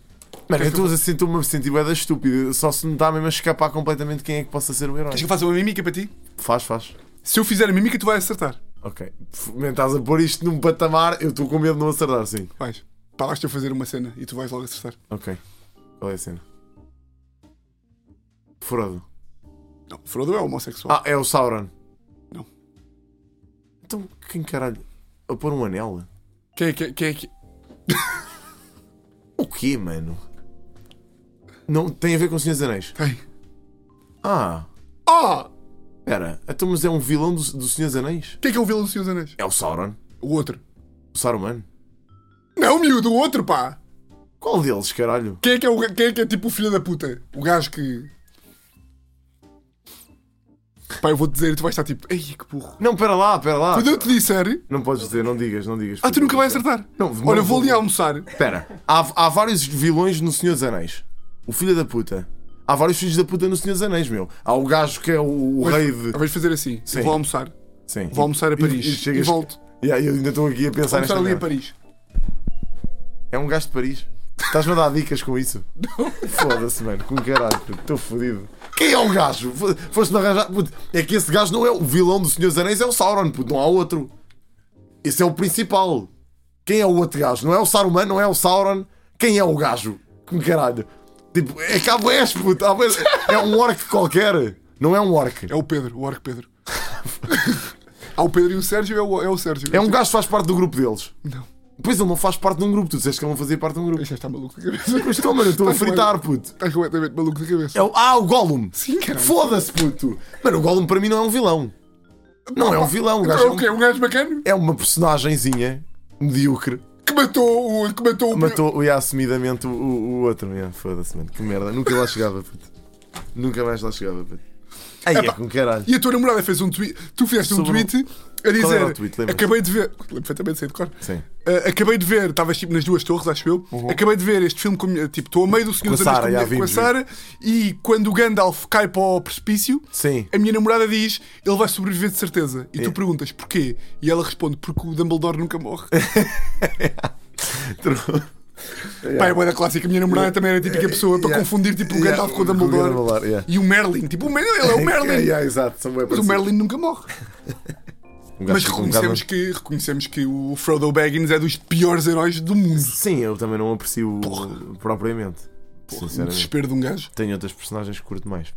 B: Mano, eu estou a sentir uma sentida da estúpida. Só se me dá mesmo a escapar completamente quem é que possa ser o herói.
C: Queres que eu faça uma mímica para ti?
B: Faz, faz.
C: Se eu fizer a mímica, tu vais acertar.
B: Ok. Man, estás a pôr isto num patamar. Eu estou com medo de não acertar, sim.
C: Vais. Pá, vais-te a fazer uma cena e tu vais logo acertar.
B: Ok. Qual é a cena? Frodo.
C: Não, Frodo é homossexual.
B: Ah, é o Sauron.
C: Não.
B: Então, quem caralho? A pôr um anel?
C: Quem é que. Quem é que...
B: O quê, mano? Não tem a ver com o Senhor dos Anéis.
C: Tem.
B: Ah,
C: Ah!
B: pera. Então, mas é um vilão do, do Senhor dos Anéis?
C: Quem é que é o vilão do Senhor dos Anéis?
B: É o Sauron.
C: O outro.
B: O Saruman.
C: Não, miúdo, o outro, pá!
B: Qual deles, caralho?
C: Quem é que é, o, quem é, que é tipo o filho da puta? O gajo que. Pá, eu vou te dizer e tu vais estar tipo. Ei, que burro.
B: Não, pera lá, pera lá.
C: Quando eu te disser.
B: Não podes dizer, não digas, não digas.
C: Ah, tu nunca vais acertar.
B: Não,
C: Olha,
B: não
C: eu vou ali
B: vou.
C: almoçar.
B: Espera, há, há vários vilões no Senhor dos Anéis. O filho da puta. Há vários filhos da puta no Senhor dos Anéis, meu. Há o gajo que é o, o rei de.
C: Vais fazer assim. Eu
B: Sim.
C: Vou almoçar.
B: Sim.
C: Vou almoçar a Paris.
B: E, e chegas-
C: E volto.
B: Yeah, eu ainda estou aqui a
C: Vou
B: pensar
C: almoçar
B: nesta
C: ali a
B: merda.
C: Paris.
B: É um gajo de Paris. Estás-me a dar dicas com isso? Foda-se, mano. Com caralho, puto. estou fodido. Quem é o gajo? Fo- Foste-me arranjar. puto, É que esse gajo não é o vilão do Senhor dos Anéis, é o Sauron, puto. Não há outro. Esse é o principal. Quem é o outro gajo? Não é o Saruman, não é o Sauron. Quem é o gajo? Com caralho. Tipo, é que há bués, puto. há bués. É um orc qualquer. Não é um orc.
C: É o Pedro, o Orc Pedro. Há o Pedro e o Sérgio, é o, é o Sérgio.
B: É um gajo que faz parte do grupo deles.
C: Não.
B: Pois ele não faz parte de um grupo. Tu disseste que ele não fazia parte de um grupo.
C: Já está maluco da cabeça.
B: Mas estou, mano, eu estou a fritar, puto.
C: Estás completamente maluco da cabeça.
B: É o- ah, o Gollum!
C: Sim, caralho.
B: Foda-se, puto! Mano, o Gollum para mim não é um vilão. Não é um vilão, o
C: Então
B: gajo é
C: é o
B: um-
C: quê? Um gajo bacana?
B: é uma personagenzinha medíocre.
C: Que matou o. Que matou o.
B: Matou e assumidamente o, o outro. yeah, Foda-se, mano. Que merda. Nunca lá chegava, puto. Nunca mais lá chegava, puto. Ai, é
C: Epá.
B: com caralho.
C: E a tua namorada fez um tweet. Tu fizeste um
B: Sobre o-
C: tweet a
B: era o
C: dizer.
B: tweet? Lembras-te?
C: Acabei de ver. Lembro perfeitamente, sei de cor.
B: Sim. Uhum.
C: Ah, acabei de ver, estavas tipo nas duas torres, acho eu. Acabei de ver este filme com a minha- Tipo, estou a meio do Senhor
B: Com a
C: dos Anéis
B: Sara, já
C: minha- com a
B: vimos,
C: Sara. E quando o Gandalf cai para o precipício,
B: Sim.
C: a minha namorada diz: ele vai sobreviver de certeza. E
B: É.
C: tu perguntas porquê? E ela responde: porque o Dumbledore nunca morre.
B: True.
C: Pá, é bué da clássica. A minha namorada também era a típica pessoa para
B: Yeah.
C: confundir tipo o
B: Yeah.
C: Gandalf com o
B: Com o
C: Dumbledore.
B: Dumbledore, yeah.
C: E o Merlin. Tipo, o Merlin, ele é o Merlin.
B: É, yeah, exato. São bem
C: Mas o
B: parecidos.
C: Merlin nunca morre.
B: Um gajo
C: Mas
B: que com
C: reconhecemos
B: cara-
C: que, reconhecemos que o Frodo Baggins é dos piores heróis do mundo.
B: Sim, eu também não aprecio propriamente.
C: O
B: Sinceramente.
C: desespero de um gajo.
B: Tenho outras personagens que curto mais.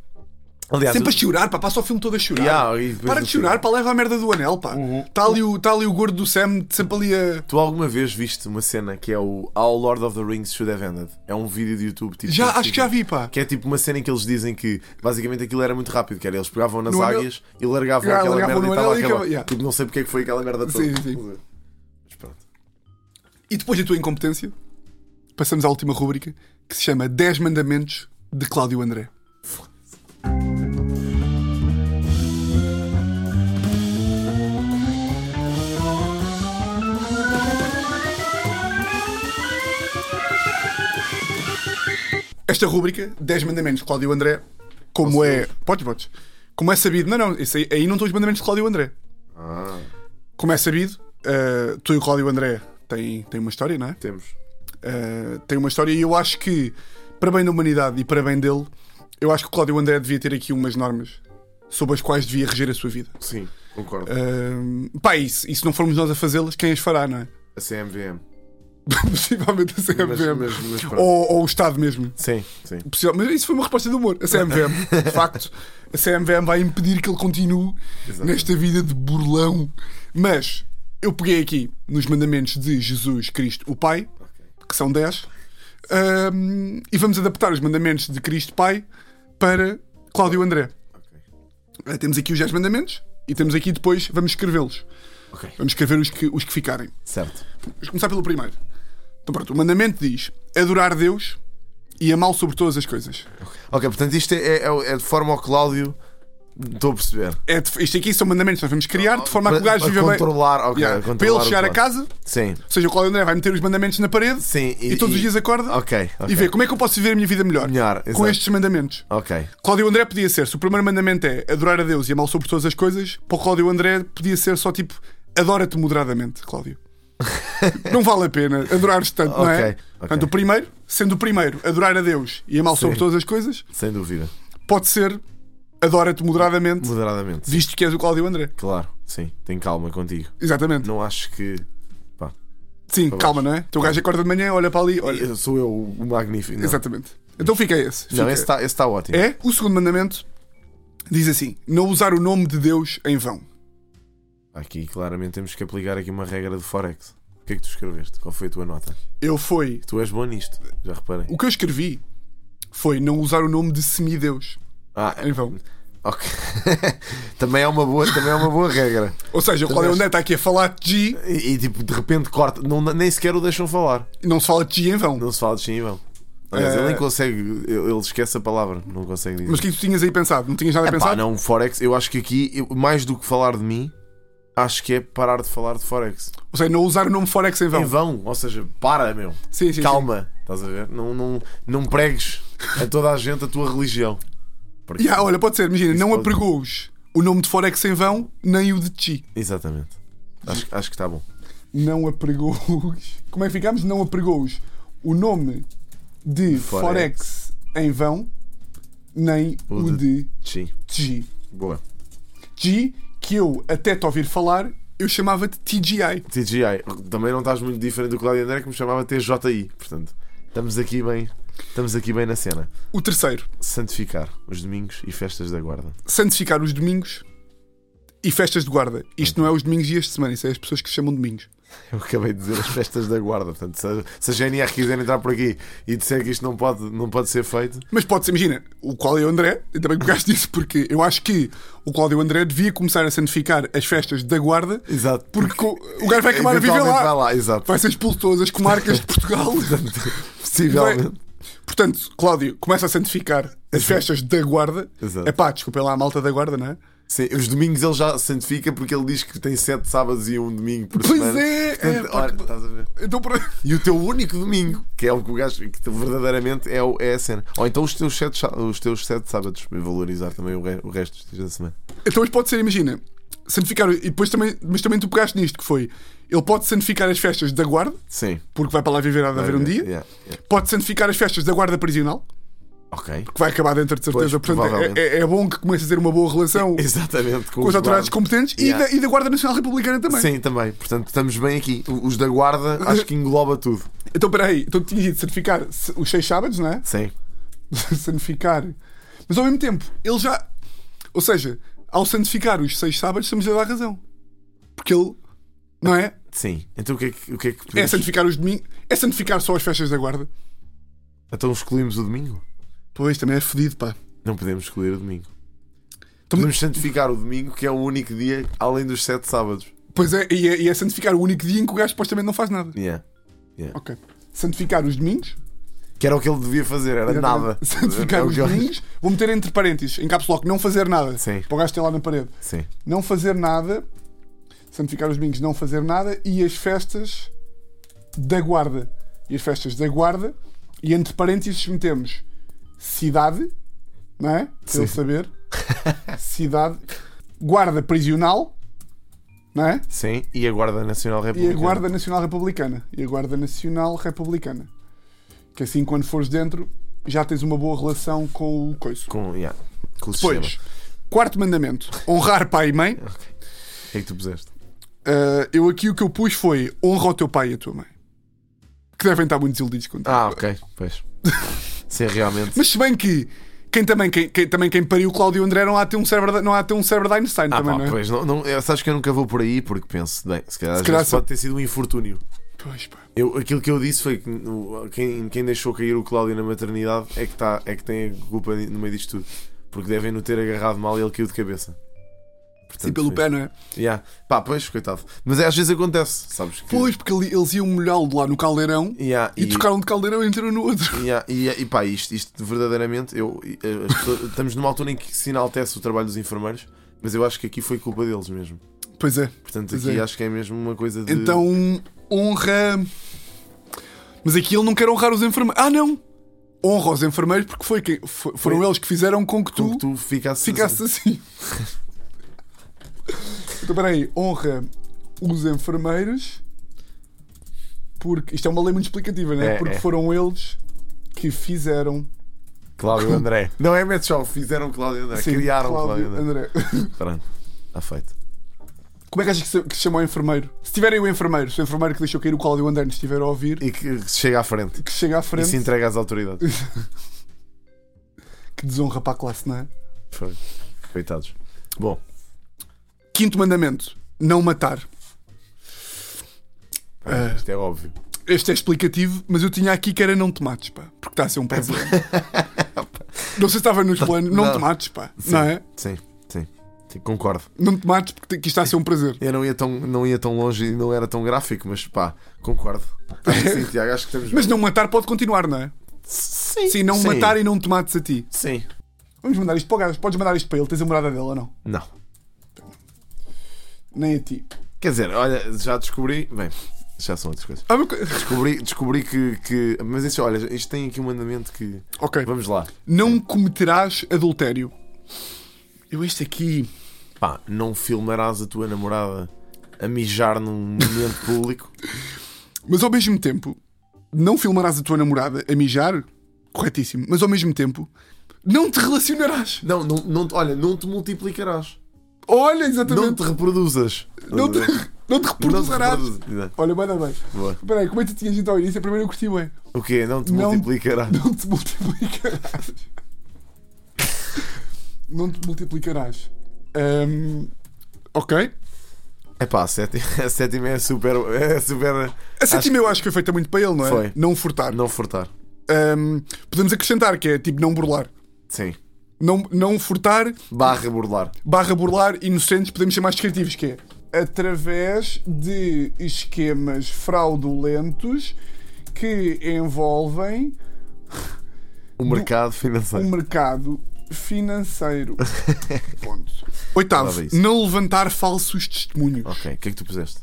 B: Aliás,
C: Sempre a
B: o-
C: chorar, pá, passa o filme todo a chorar.
B: Yeah, e depois Uhum.
C: Para
B: no
C: de chorar, pá, leva a merda do anel, pá. Está ali, o- tá ali o gordo do Sam, sempre ali a.
B: Tu alguma vez viste uma cena que é o How Lord of the Rings Should Have Ended? É um vídeo de YouTube tipo.
C: Já,
B: tipo,
C: acho que já vi, pá.
B: Que é tipo uma cena em que eles dizem que basicamente aquilo era muito rápido, que era eles pegavam nas
C: No anel-
B: águias e largavam
C: Yeah,
B: aquela Tipo,
C: largavam
B: merda e
C: no
B: estava
C: anel e
B: aquela.
C: acaba- yeah.
B: Tipo, não sei porque é que foi aquela merda toda.
C: Sim, sim.
B: Mas pronto.
C: E depois da tua incompetência, passamos à última rúbrica que se chama 10 Mandamentos de Cláudio André. Esta rúbrica, 10 Mandamentos de Cláudio André, como é. Podes, podes. Como é sabido. Não, não, isso aí, aí não estão os mandamentos de Cláudio André.
B: Ah,
C: Como é sabido, eh, tu e o Cláudio André têm, têm uma história, não é?
B: temos.
C: Uh, tem uma história e eu acho que, para bem da humanidade e para bem dele, eu acho que o Cláudio André devia ter aqui umas normas sobre as quais devia reger a sua vida.
B: Sim, concordo.
C: Uh, pá, e se, e se não formos nós a fazê-las, quem as fará, não é?
B: A CMVM.
C: Possivelmente a CMVM.
B: mas- mas pronto.
C: ou, ou o Estado mesmo.
B: Sim, sim.
C: Possível- Mas isso foi uma resposta de humor. A CMVM, de facto, a CMVM vai impedir que ele continue
B: Exatamente.
C: nesta vida de burlão. Mas eu peguei aqui nos mandamentos de Jesus Cristo, o Pai, que são 10, ahm, e vamos adaptar os mandamentos de Cristo Pai para Cláudio André.
B: Ok.
C: Ah, Temos aqui os 10 mandamentos e temos aqui depois, vamos escrevê-los.
B: Ok.
C: Vamos escrever os que, os que ficarem.
B: Certo.
C: Vamos começar pelo primeiro. Então pronto, o mandamento diz adorar Deus e amá-lo sobre todas as coisas.
B: Ok, portanto, isto é, é, é de forma ao Cláudio. Estou a perceber.
C: é de- isto aqui são mandamentos que nós vamos criar de forma a que o
B: Para-
C: gajo
B: para
C: viva bem.
B: controlar, ok,
C: Yeah,
B: controlar
C: para ele
B: o
C: chegar a
B: Cláudio.
C: casa, ou
B: Sim.
C: seja, o Cláudio André vai meter os mandamentos na parede
B: Sim.
C: e, todos os dias acorda
B: Ok, ok.
C: e vê como é que eu posso viver a minha vida melhor,
B: Melhor,
C: com
B: exato.
C: estes mandamentos.
B: Ok.
C: Cláudio André podia ser, se o primeiro mandamento é adorar a Deus e amá-lo sobre todas as coisas, para o Cláudio André podia ser só tipo adora-te moderadamente, Cláudio. não vale a pena adorar-te tanto, não é?
B: Ok, ok.
C: Portanto, o primeiro, sendo o primeiro adorar a Deus e amá-lo sobre
B: Sim.
C: todas as coisas,
B: Sem dúvida.
C: pode ser adora-te moderadamente,
B: Moderadamente. sim.
C: visto que és o Cláudio André.
B: Claro, sim. Tenho calma contigo.
C: Exatamente.
B: Não acho que. Pá.
C: Sim, calma, não é? Então o gajo acorda de manhã, olha para ali, olha.
B: eu- Sou eu o magnífico. Não,
C: Exatamente. Então fica esse.
B: não
C: fica.
B: esse está esse tá ótimo.
C: É o segundo mandamento. Diz assim: não usar o nome de Deus em vão.
B: Aqui claramente temos que aplicar aqui uma regra do Forex. O que é que tu escreveste? Qual foi a tua nota?
C: Eu foi.
B: Tu és bom nisto, já reparei.
C: O que eu escrevi foi não usar o nome de semideus
B: Ah,
C: em vão.
B: ok. também, é uma boa, também é uma boa regra.
C: Ou seja, é o Cláudio André está aqui a falar de G
B: E, e, tipo, de repente corta, não, nem sequer o deixam falar.
C: e não se fala de G em vão.
B: Não se fala de Shinibão. Aliás,
C: É.
B: ele nem consegue, ele ele esquece a palavra, não consegue dizer.
C: Mas o que é que tu tinhas aí pensado? Não tinhas nada a
B: Epá,
C: pensar?
B: não, Forex, eu acho que aqui, eu- mais do que falar de mim, acho que é parar de falar de Forex.
C: Ou seja, não usar o nome Forex em vão.
B: Em vão, ou seja, para, meu.
C: Sim, sim,
B: Calma, estás a ver? Não, não, não pregues a toda a gente a tua religião. Porque-
C: Yeah, olha, pode ser, imagina, não
B: pode-
C: apregoes o nome de Forex em vão, nem o de G.
B: Exatamente. Acho, acho que está bom.
C: não apregoos. Como é que ficamos? Não apregoos o nome de Forex,
B: Forex.
C: em vão, nem o,
B: O
C: de,
B: de- Sim,
C: G.
B: boa.
C: G, que eu até te ouvir falar, eu chamava de TGI.
B: TGI, também não estás muito diferente do Cláudio André que me chamava TJI. Portanto, estamos aqui bem, estamos aqui bem na cena.
C: O terceiro,
B: Santificar os domingos e festas da guarda.
C: santificar os domingos e festas de guarda.
B: Uhum.
C: Isto não é os domingos e esta semana, isso é as pessoas que se chamam domingos.
B: Eu É acabei de dizer as festas da guarda. Portanto, se, a- se a GNR quiser entrar por aqui e disser que isto não pode, não pode ser feito,
C: Mas pode ser, imagina, o Cláudio André, ainda bem que o gajo disse, porque eu acho que o Cláudio André devia começar a santificar as festas da guarda,
B: Exato.
C: porque co- o gajo vai acabar a viver
B: eventualmente
C: lá.
B: vai lá. Exato.
C: vai ser expulso todas as comarcas de Portugal.
B: Possivelmente.
C: Vai- Portanto, Cláudio, começa a santificar as festas da guarda.
B: Exato.
C: É pá, desculpem lá a malta da guarda, não é?
B: Sim, os domingos ele já santifica porque ele diz que tem sete sábados e um domingo por
C: Pois
B: semana.
C: é,
B: Portanto,
C: é, pá,
B: olha,
C: que-
B: estás a ver?
C: Então, por...
B: E o teu único domingo, que é o que o gajo que verdadeiramente é, o- é a cena. Ou então os teus sete, sá- os teus sete sábados, para valorizar também o, re- o resto dos dias da semana.
C: então mas pode ser, imagina, santificar. E depois também, mas também tu pegaste nisto, que foi. Ele pode santificar as festas da guarda,
B: Sim.
C: porque vai para lá viver há de haver um dia.
B: Yeah, yeah.
C: Pode santificar as festas da guarda prisional,
B: Ok.
C: que vai acabar dentro de certeza.
B: Pois,
C: Portanto, é-
B: provavelmente.
C: é, é bom que comece a ter uma boa relação
B: Exatamente.
C: com as autoridades
B: guardas.
C: competentes e,
B: Yeah.
C: da, e da Guarda Nacional Republicana também.
B: Sim, também. Portanto, estamos bem aqui. O- Os da guarda acho que engloba tudo.
C: Então, peraí, então tinha de santificar se- os seis sábados, não é?
B: Sim.
C: santificar. Mas ao mesmo tempo, ele já. Ou seja, ao santificar os seis sábados, estamos a dar razão. Porque ele. Não é?
B: Sim. Então o que é que, o que, é que
C: É
B: podemos-
C: santificar os domingos. É santificar só as festas da guarda.
B: Então excluímos o domingo?
C: Pois, também é fedido, pá.
B: Não podemos escolher o domingo.
C: Então-
B: Podemos santificar o domingo, que é o único dia além dos sete sábados.
C: Pois é e, é, e é santificar o único dia em que o gajo supostamente não faz nada.
B: Yeah. Yeah.
C: Ok. Santificar os domingos.
B: Que era o que ele devia fazer, era nada.
C: Santificar
B: É o
C: os
B: que eu-
C: domingos. Vou meter entre parênteses, em caps lock, não fazer nada.
B: Sim.
C: Para o gajo ter lá na parede.
B: Sim.
C: Não fazer nada. Santificar os domingos, não fazer nada. E as festas da guarda. E as festas da guarda. E entre parênteses metemos cidade, não é? Para ele
B: Sim.
C: saber. Cidade. Guarda prisional, não é?
B: Sim. E a Guarda Nacional
C: E
B: Republicana.
C: a Guarda Nacional Republicana. E a Guarda Nacional Republicana. Que assim, quando fores dentro, já tens uma boa relação com o coiso.
B: Com, yeah, com o
C: Depois,
B: sistema.
C: quarto mandamento: honrar pai e mãe.
B: O que é que tu puseste?
C: Ah, eu aqui o que eu pus foi honra o teu pai e a tua mãe. Que devem estar muito desiludidos contigo.
B: Ah, ok. Pois. Ser é realmente.
C: Mas se bem que. Quem também, quem, quem- também quem pariu o Cláudio e o André não há de ter um cérebro, de- não há de ter um cérebro de Einstein
B: Ah,
C: também,
B: pá,
C: não é?
B: pois. Não, não, eu- sabes que eu nunca vou por aí porque penso, bem, se calhar, às
C: calhar
B: vezes
C: só-
B: pode ter sido um infortúnio.
C: Pois, pá.
B: Eu, aquilo que eu disse foi que o- quem, quem deixou cair o Cláudio na maternidade é que, tá, é que tem a culpa ni- no meio disto tudo. Porque devem-no ter agarrado mal e ele caiu de cabeça. Portanto,
C: Sim, pelo
B: foi-
C: pé, não é?
B: Yeah. Pá, pois, coitado. Mas é, às vezes acontece, sabes? Que,
C: Pois, porque ali- eles iam molhá-lo lá no caldeirão
B: Yeah,
C: e, trocaram de caldeirão e entraram no outro.
B: Yeah, e, e pá, isto, isto verdadeiramente, eu, e, eh, as pessoas- estamos numa altura em que se enaltece o trabalho dos enfermeiros, mas eu acho que aqui foi culpa deles mesmo.
C: Pois é.
B: Portanto,
C: Pois
B: aqui
C: é.
B: acho que é mesmo uma coisa de.
C: Então, honra. Mas aqui ele não quer honrar os enfermeiros. Ah, não! Honra os enfermeiros porque foi quem, fo- foram
B: Foi-
C: eles que fizeram com que tu,
B: com que tu ficasse.
C: ficasse assim. então, peraí, honra os enfermeiros porque. Isto é uma lei muito explicativa, né?
B: É,
C: porque
B: é.
C: foram eles que fizeram.
B: Cláudio André. Não é Mete Show, fizeram Cláudio André.
C: Sim,
B: criaram né?
C: Cláudio
B: Cláudio, André.
C: André.
B: Pronto, está tá feito.
C: Como é que achas que se, que se chama o enfermeiro? Se tiverem o enfermeiro, se o enfermeiro que deixou cair o Cláudio André nos estiver a ouvir,
B: E que se chega à frente.
C: que chega à
B: E
C: frente.
B: se entrega às autoridades.
C: Que desonra para a classe, não é?
B: Foi. Coitados. Bom,
C: Quinto mandamento: não matar. Ah.
B: isto é óbvio.
C: Este é explicativo, mas eu tinha aqui que era não te mates, pá. Porque está a ser um problema. não sei se estava nos planos. Não,
B: não.
C: te mates, pá.
B: Sim.
C: Não é?
B: Sim, sim. Sim, Concordo.
C: Não te mates porque que isto está a ser um prazer.
B: Eu não ia tão, não ia tão longe e não era tão gráfico, mas pá, concordo. Acho que sim, Tiago, acho que estamos.
C: Mas não matar pode continuar, não é?
B: sim,
C: Sim, não matar e não te mates a ti.
B: Sim.
C: Vamos mandar isto para o gajo. Podes mandar isto para ele. Tens a morada dela, não?
B: Não.
C: Nem a ti.
B: Quer dizer, olha, já descobri. Bem, já são outras coisas.
C: Ah, uma co-
B: Descobri, descobri que, que. Mas isso, olha, isto tem aqui um mandamento que.
C: ok.
B: Vamos lá.
C: Não cometerás adultério. Eu este aqui.
B: Pá, não filmarás a tua namorada a mijar num momento público.
C: Mas ao mesmo tempo, não filmarás a tua namorada a mijar, corretíssimo, mas ao mesmo tempo, não te relacionarás.
B: Não, não, não, te- olha, não te multiplicarás.
C: Olha,
B: Não
C: exatamente.
B: te reproduzas.
C: Não te, não te reproduzirás.
B: reproduzirás.
C: Olha, manda bem.
B: Boa.
C: Peraí, como é que tu tinhas dito ao início? Primeiro eu curti bem.
B: O quê? Não te
C: Não-
B: multiplicarás.
C: Não te multiplicarás. não te multiplicarás. Ahm, ok.
B: É pá, a sétima, a sétima é super. É super.
C: A sétima eu acho que foi feita muito para ele, não é?
B: Foi.
C: Não furtar.
B: Não furtar.
C: Ahm, podemos acrescentar que é tipo não burlar.
B: Sim.
C: Não, não furtar,
B: Barra burlar.
C: barra burlar inocentes, podemos ser mais descritivos, que é através de esquemas fraudulentos que envolvem
B: O mercado
C: o
B: financeiro.
C: um mercado financeiro. Ponto.
B: Lá vai
C: Oitavo,
B: isso.
C: não levantar falsos testemunhos.
B: Ok, o que é que tu puseste?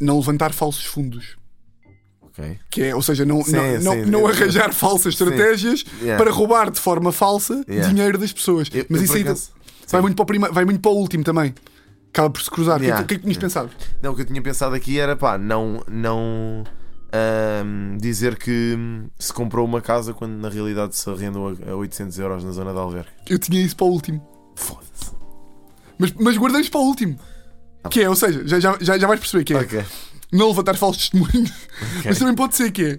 C: Não levantar falsos fundos.
B: Ok.
C: Que é, ou seja, não,
B: Sim,
C: não, não,
B: sim,
C: não
B: eu-
C: arranjar falsas estratégias
B: Yeah.
C: para roubar de forma falsa
B: Yeah.
C: dinheiro das pessoas.
B: Eu-
C: Mas
B: eu,
C: isso
B: por
C: aí
B: acaso,
C: vai, muito para o prima- vai muito para o último também. Acaba por se cruzar. O que é que-
B: Yeah.
C: O que é que tinhas pensado?
B: Não, o que eu tinha pensado aqui era pá, não. não ahm, dizer que hum, se comprou uma casa quando na realidade se arrendou a a 800 euros na zona de Alverca.
C: Eu tinha isso para o último.
B: Foda-se.
C: Mas, mas guardamos para o último. Que é, ou seja, já, já, já, já vais perceber que é
B: Tá Ok.
C: não levantar falsos testemunhos. Mas também pode ser que é.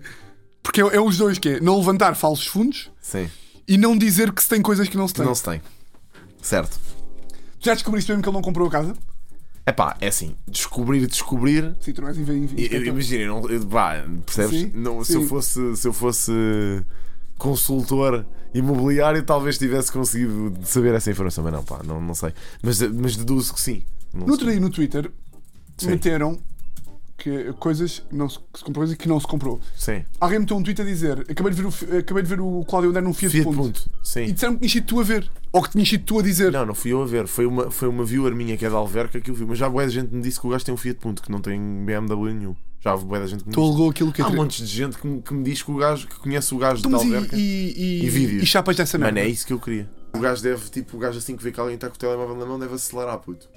C: Porque é, é os dois que é não levantar falsos fundos
B: Sim.
C: e não dizer que se tem coisas que não se tem.
B: Não se tem. Certo.
C: Já descobriste mesmo que ele não comprou a casa?
B: É pá, é assim. Descobrir, descobrir.
C: Sim, tu não és inve- inve-
B: Eu- eu-
C: inspector.
B: Imagina, eu não, eu- pá, percebes?
C: Então. Sim,
B: não,
C: sim.
B: Se, eu fosse, se eu fosse consultor imobiliário, talvez tivesse conseguido saber essa informação, mas não, pá, não, não sei. Mas, mas deduzo que sim. Não
C: No
B: sei.
C: outro dia no Twitter
B: Sim.
C: meteram que, coisas não se, que se comprou coisas que não se comprou.
B: Sim.
C: Alguém meteu um tweet a dizer: Acabei de ver o, fi- acabei de ver o Cláudio andar num Fiat,
B: Fiat
C: Punto.
B: Punto.
C: E
B: Sim.
C: disseram que tinha sido tu a ver. Ou que tinha sido tu a dizer.
B: Não, não fui eu a ver. Foi uma, foi uma viewer minha que é da Alverca que eu vi. Mas já boa gente me disse que o gajo tem um Fiat Punto, que não tem BMW nenhum. Já houve boa gente que me
C: Tu
B: disse.
C: alegou aquilo que
B: Há
C: é
B: um
C: tre-
B: monte de gente que me, que me diz que o gajo que conhece o gajo
C: Então,
B: da
C: mas e,
B: Alverca.
C: e, e,
B: E vídeos.
C: e chapas dessa merda.
B: Mano, é isso que eu queria. O gajo deve, tipo, o gajo assim que vê que alguém está com o telemóvel na mão deve acelerar, puto.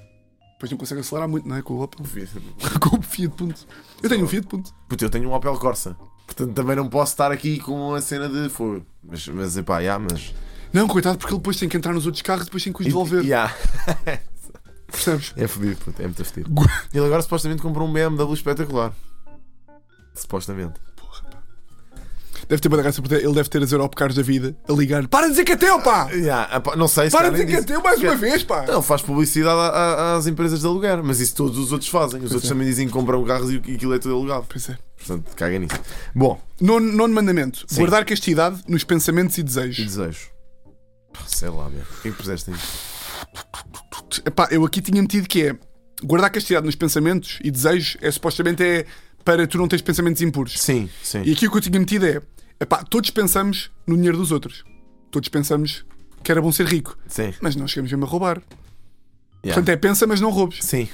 C: Depois não consegue acelerar muito, não é? Com o Opel. com o Fiat Punto. Eu tenho um Fiat Punto.
B: Puto, eu tenho um Opel Corsa. Portanto, também não posso estar aqui com a cena de fogo. Mas, mas epá, já, mas.
C: Não, coitado, porque ele depois tem que entrar nos outros carros depois tem que os devolver.
B: Já.
C: Percebes?
B: É fodido, puto, é muito fodido. Ele agora supostamente comprou um BMW espetacular. Supostamente.
C: Deve ter badagraça, porque ele deve ter as Europecars da vida a ligar. Para de dizer que é teu, pá!
B: Já, epá, não sei se.
C: Para
B: calhar
C: de dizer
B: nem
C: que é
B: disse.
C: teu mais
B: Se
C: uma
B: calhar-
C: vez, pá!
B: Não, faz publicidade a- a- às empresas de aluguer, mas isso todos os outros fazem. Os outros também dizem que compram carros e aquilo é tudo alugado.
C: Pois é.
B: Portanto, caga nisso. Bom,
C: Nono, nono mandamento: guardar castidade nos pensamentos e
B: e
C: desejos.
B: desejo. Pá, Sei lá, meu. O que é que puseste aí?
C: Epá, eu aqui tinha metido que é guardar castidade nos pensamentos e desejos é supostamente é para tu não teres pensamentos impuros.
B: Sim, sim.
C: E aqui o que eu tinha metido é: epá, todos pensamos no dinheiro dos outros. Todos pensamos que era bom ser rico,
B: Sim.
C: mas não chegamos mesmo a roubar.
B: Yeah.
C: Portanto, é pensa, mas não roubes,
B: Sim.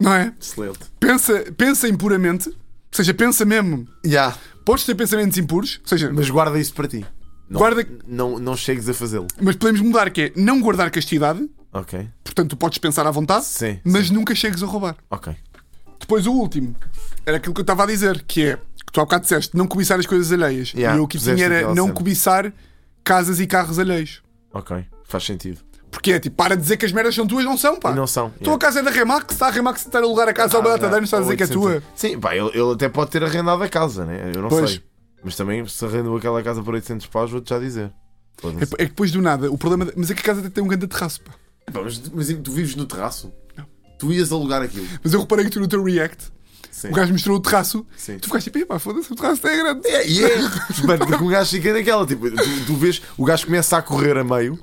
C: não é?
B: Excelente.
C: Pensa, pensa impuramente, ou seja, pensa mesmo.
B: Já.
C: Podes ter pensamentos impuros, ou seja,
B: Mas guarda isso para ti. Não,
C: Guarda-
B: Não, não chegues a fazê-lo.
C: mas podemos mudar que é não guardar castidade,
B: Ok.
C: portanto tu podes pensar à vontade,
B: Sim,
C: mas nunca chegues a roubar.
B: Ok.
C: Depois o último, era aquilo que eu estava a dizer, que é que tu há bocado disseste, não cobiçar as coisas alheias.
B: Yeah,
C: e eu o que
B: puseste
C: tinha era
B: aquela
C: não
B: cena.
C: cobiçar casas e carros alheios.
B: Ok. Faz sentido.
C: Porque é tipo, para de dizer que as merdas são tuas, não são, pá.
B: E não são,
C: Tua
B: yeah. Ah,
C: casa é da Remax, está a Remax está a alugar a casa há uma data de anos, estás a dizer que é tua.
B: Sim, pá, ele, ele até pode ter arrendado a casa, né? Eu não
C: Pois.
B: sei. Mas também, se arrendou aquela casa por 800 paus, vou-te já dizer. Foda-se.
C: É, é que depois do nada, o problema. de- Mas é que a casa até tem um grande terraço, pá.
B: Pá, mas, mas tu vives no terraço? Tu ias alugar aquilo.
C: Mas eu reparei que tu no teu React,
B: Sim.
C: o gajo mostrou o terraço,
B: Sim.
C: tu ficaste tipo, "Ih, pá, foda-se, o terraço é grande.
B: É, e é. Mano, porque o gajo fica naquela. Tipo, tu, tu vês, o gajo começa a correr a meio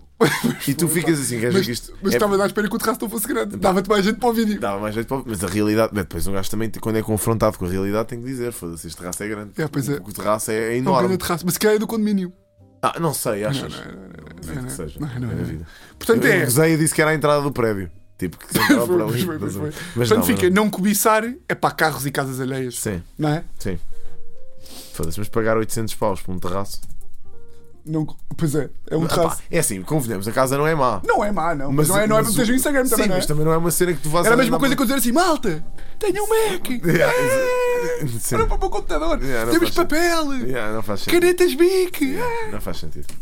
B: e tu ficas assim, queres ver
C: Mas
B: que isto.
C: mas
B: é-
C: estava à espera que o terraço não fosse grande. Dava-te mais gente para o vídeo.
B: Dava mais jeito para... Mas a realidade... Mas depois um gajo também, quando é confrontado com a realidade, tem que dizer, foda-se, este terraço é grande.
C: É, pois é.
B: O terraço é,
C: É um
B: enorme.
C: grande terraço, mas se calhar é do condomínio.
B: Ah, não sei, achas?
C: Não, não, não, não,
B: Duvido
C: não,
B: que
C: não.
B: seja.
C: Não, não,
B: É
C: não.
B: a vida.
C: Portanto,
B: Eu-
C: é.
B: eu gozei e disse que era a entrada do prédio. Tipo, que se entrava por ali.
C: Pois foi, pois foi.
B: Mas
C: Portanto,
B: não,
C: fica,
B: mas
C: não cobiçar é para carros e casas alheias.
B: não. Sim,
C: Não é?
B: sim. Foda-se, mas pagar 800 paus por um terraço.
C: Não, co- pois é, é um
B: Ah, pá,
C: terraço.
B: é assim, convenhamos, a casa não é má.
C: Não é má, não. Mas, não é, não é para meteres no Instagram
B: sim,
C: também, não é?
B: mas também não é uma cena que tu vás
C: Era a mesma coisa que eu dizer assim, malta, tenha um Mac.
B: Yeah,
C: É,
B: exa- sim.
C: Olha para o meu computador.
B: Yeah, não
C: Temos
B: faz
C: papel.
B: Yeah, não faz sentido.
C: Canetas BIC.
B: Yeah, não faz sentido.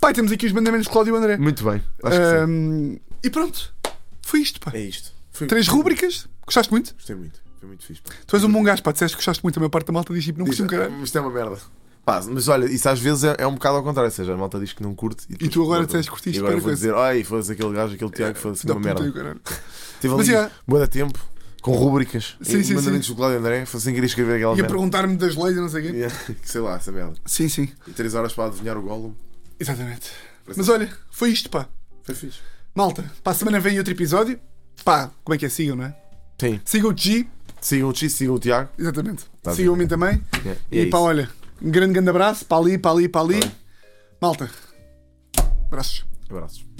C: Pai, temos aqui os mandamentos de Cláudio André.
B: Muito bem. Acho que sim.
C: Ahm, e pronto, foi isto, pá.
B: É isto. Foi-
C: Três rúbricas, gostaste muito?
B: Gostei muito. Foi muito fixe. pá.
C: Tu és um bom gajo, pá, disseste que gostaste muito, a maior parte da malta diz tipo, não
B: Diz,
C: curti um caralho.
B: "Ah, Isto é uma merda. Pá, mas olha, isso às vezes é, é um bocado ao contrário. Ou seja, a malta diz que não curte. E, depois
C: tu agora
B: curte.
C: disseste que curtiste
B: E agora
C: qualquer
B: vou dizer, ai, foda-se aquele gajo, aquele Tiago, foda-se
C: Dá
B: uma
C: para meter o
B: merda.
C: caralho.
B: Teve
C: Mas
B: ali
C: já.
B: boa da tempo, com rúbricas,
C: Sim,
B: e
C: sim,
B: mandamentos do Cláudio André, foi sem querer escrever aquela
C: Ia
B: merda.
C: perguntar-me das leis e não sei o quê.
B: Yeah, Sei lá, essa merda.
C: Sim, sim.
B: E 3 horas para adivinhar o Gollum,
C: Exatamente.
B: é.
C: Mas olha, foi isto, pá.
B: foi fixe.
C: Malta, para a semana vem outro episódio. Pá, como é que é? Sigam, não é?
B: Sim.
C: Sigam o G,
B: Sigam o X, sigam o Tiago.
C: exatamente.
B: Tá é
C: Sigam-me também.
B: Yeah,
C: E, pá, olha,
B: Tá
C: um grande, grande abraço. Para ali, para ali, para ali. Malta, abraços.
B: Abraços.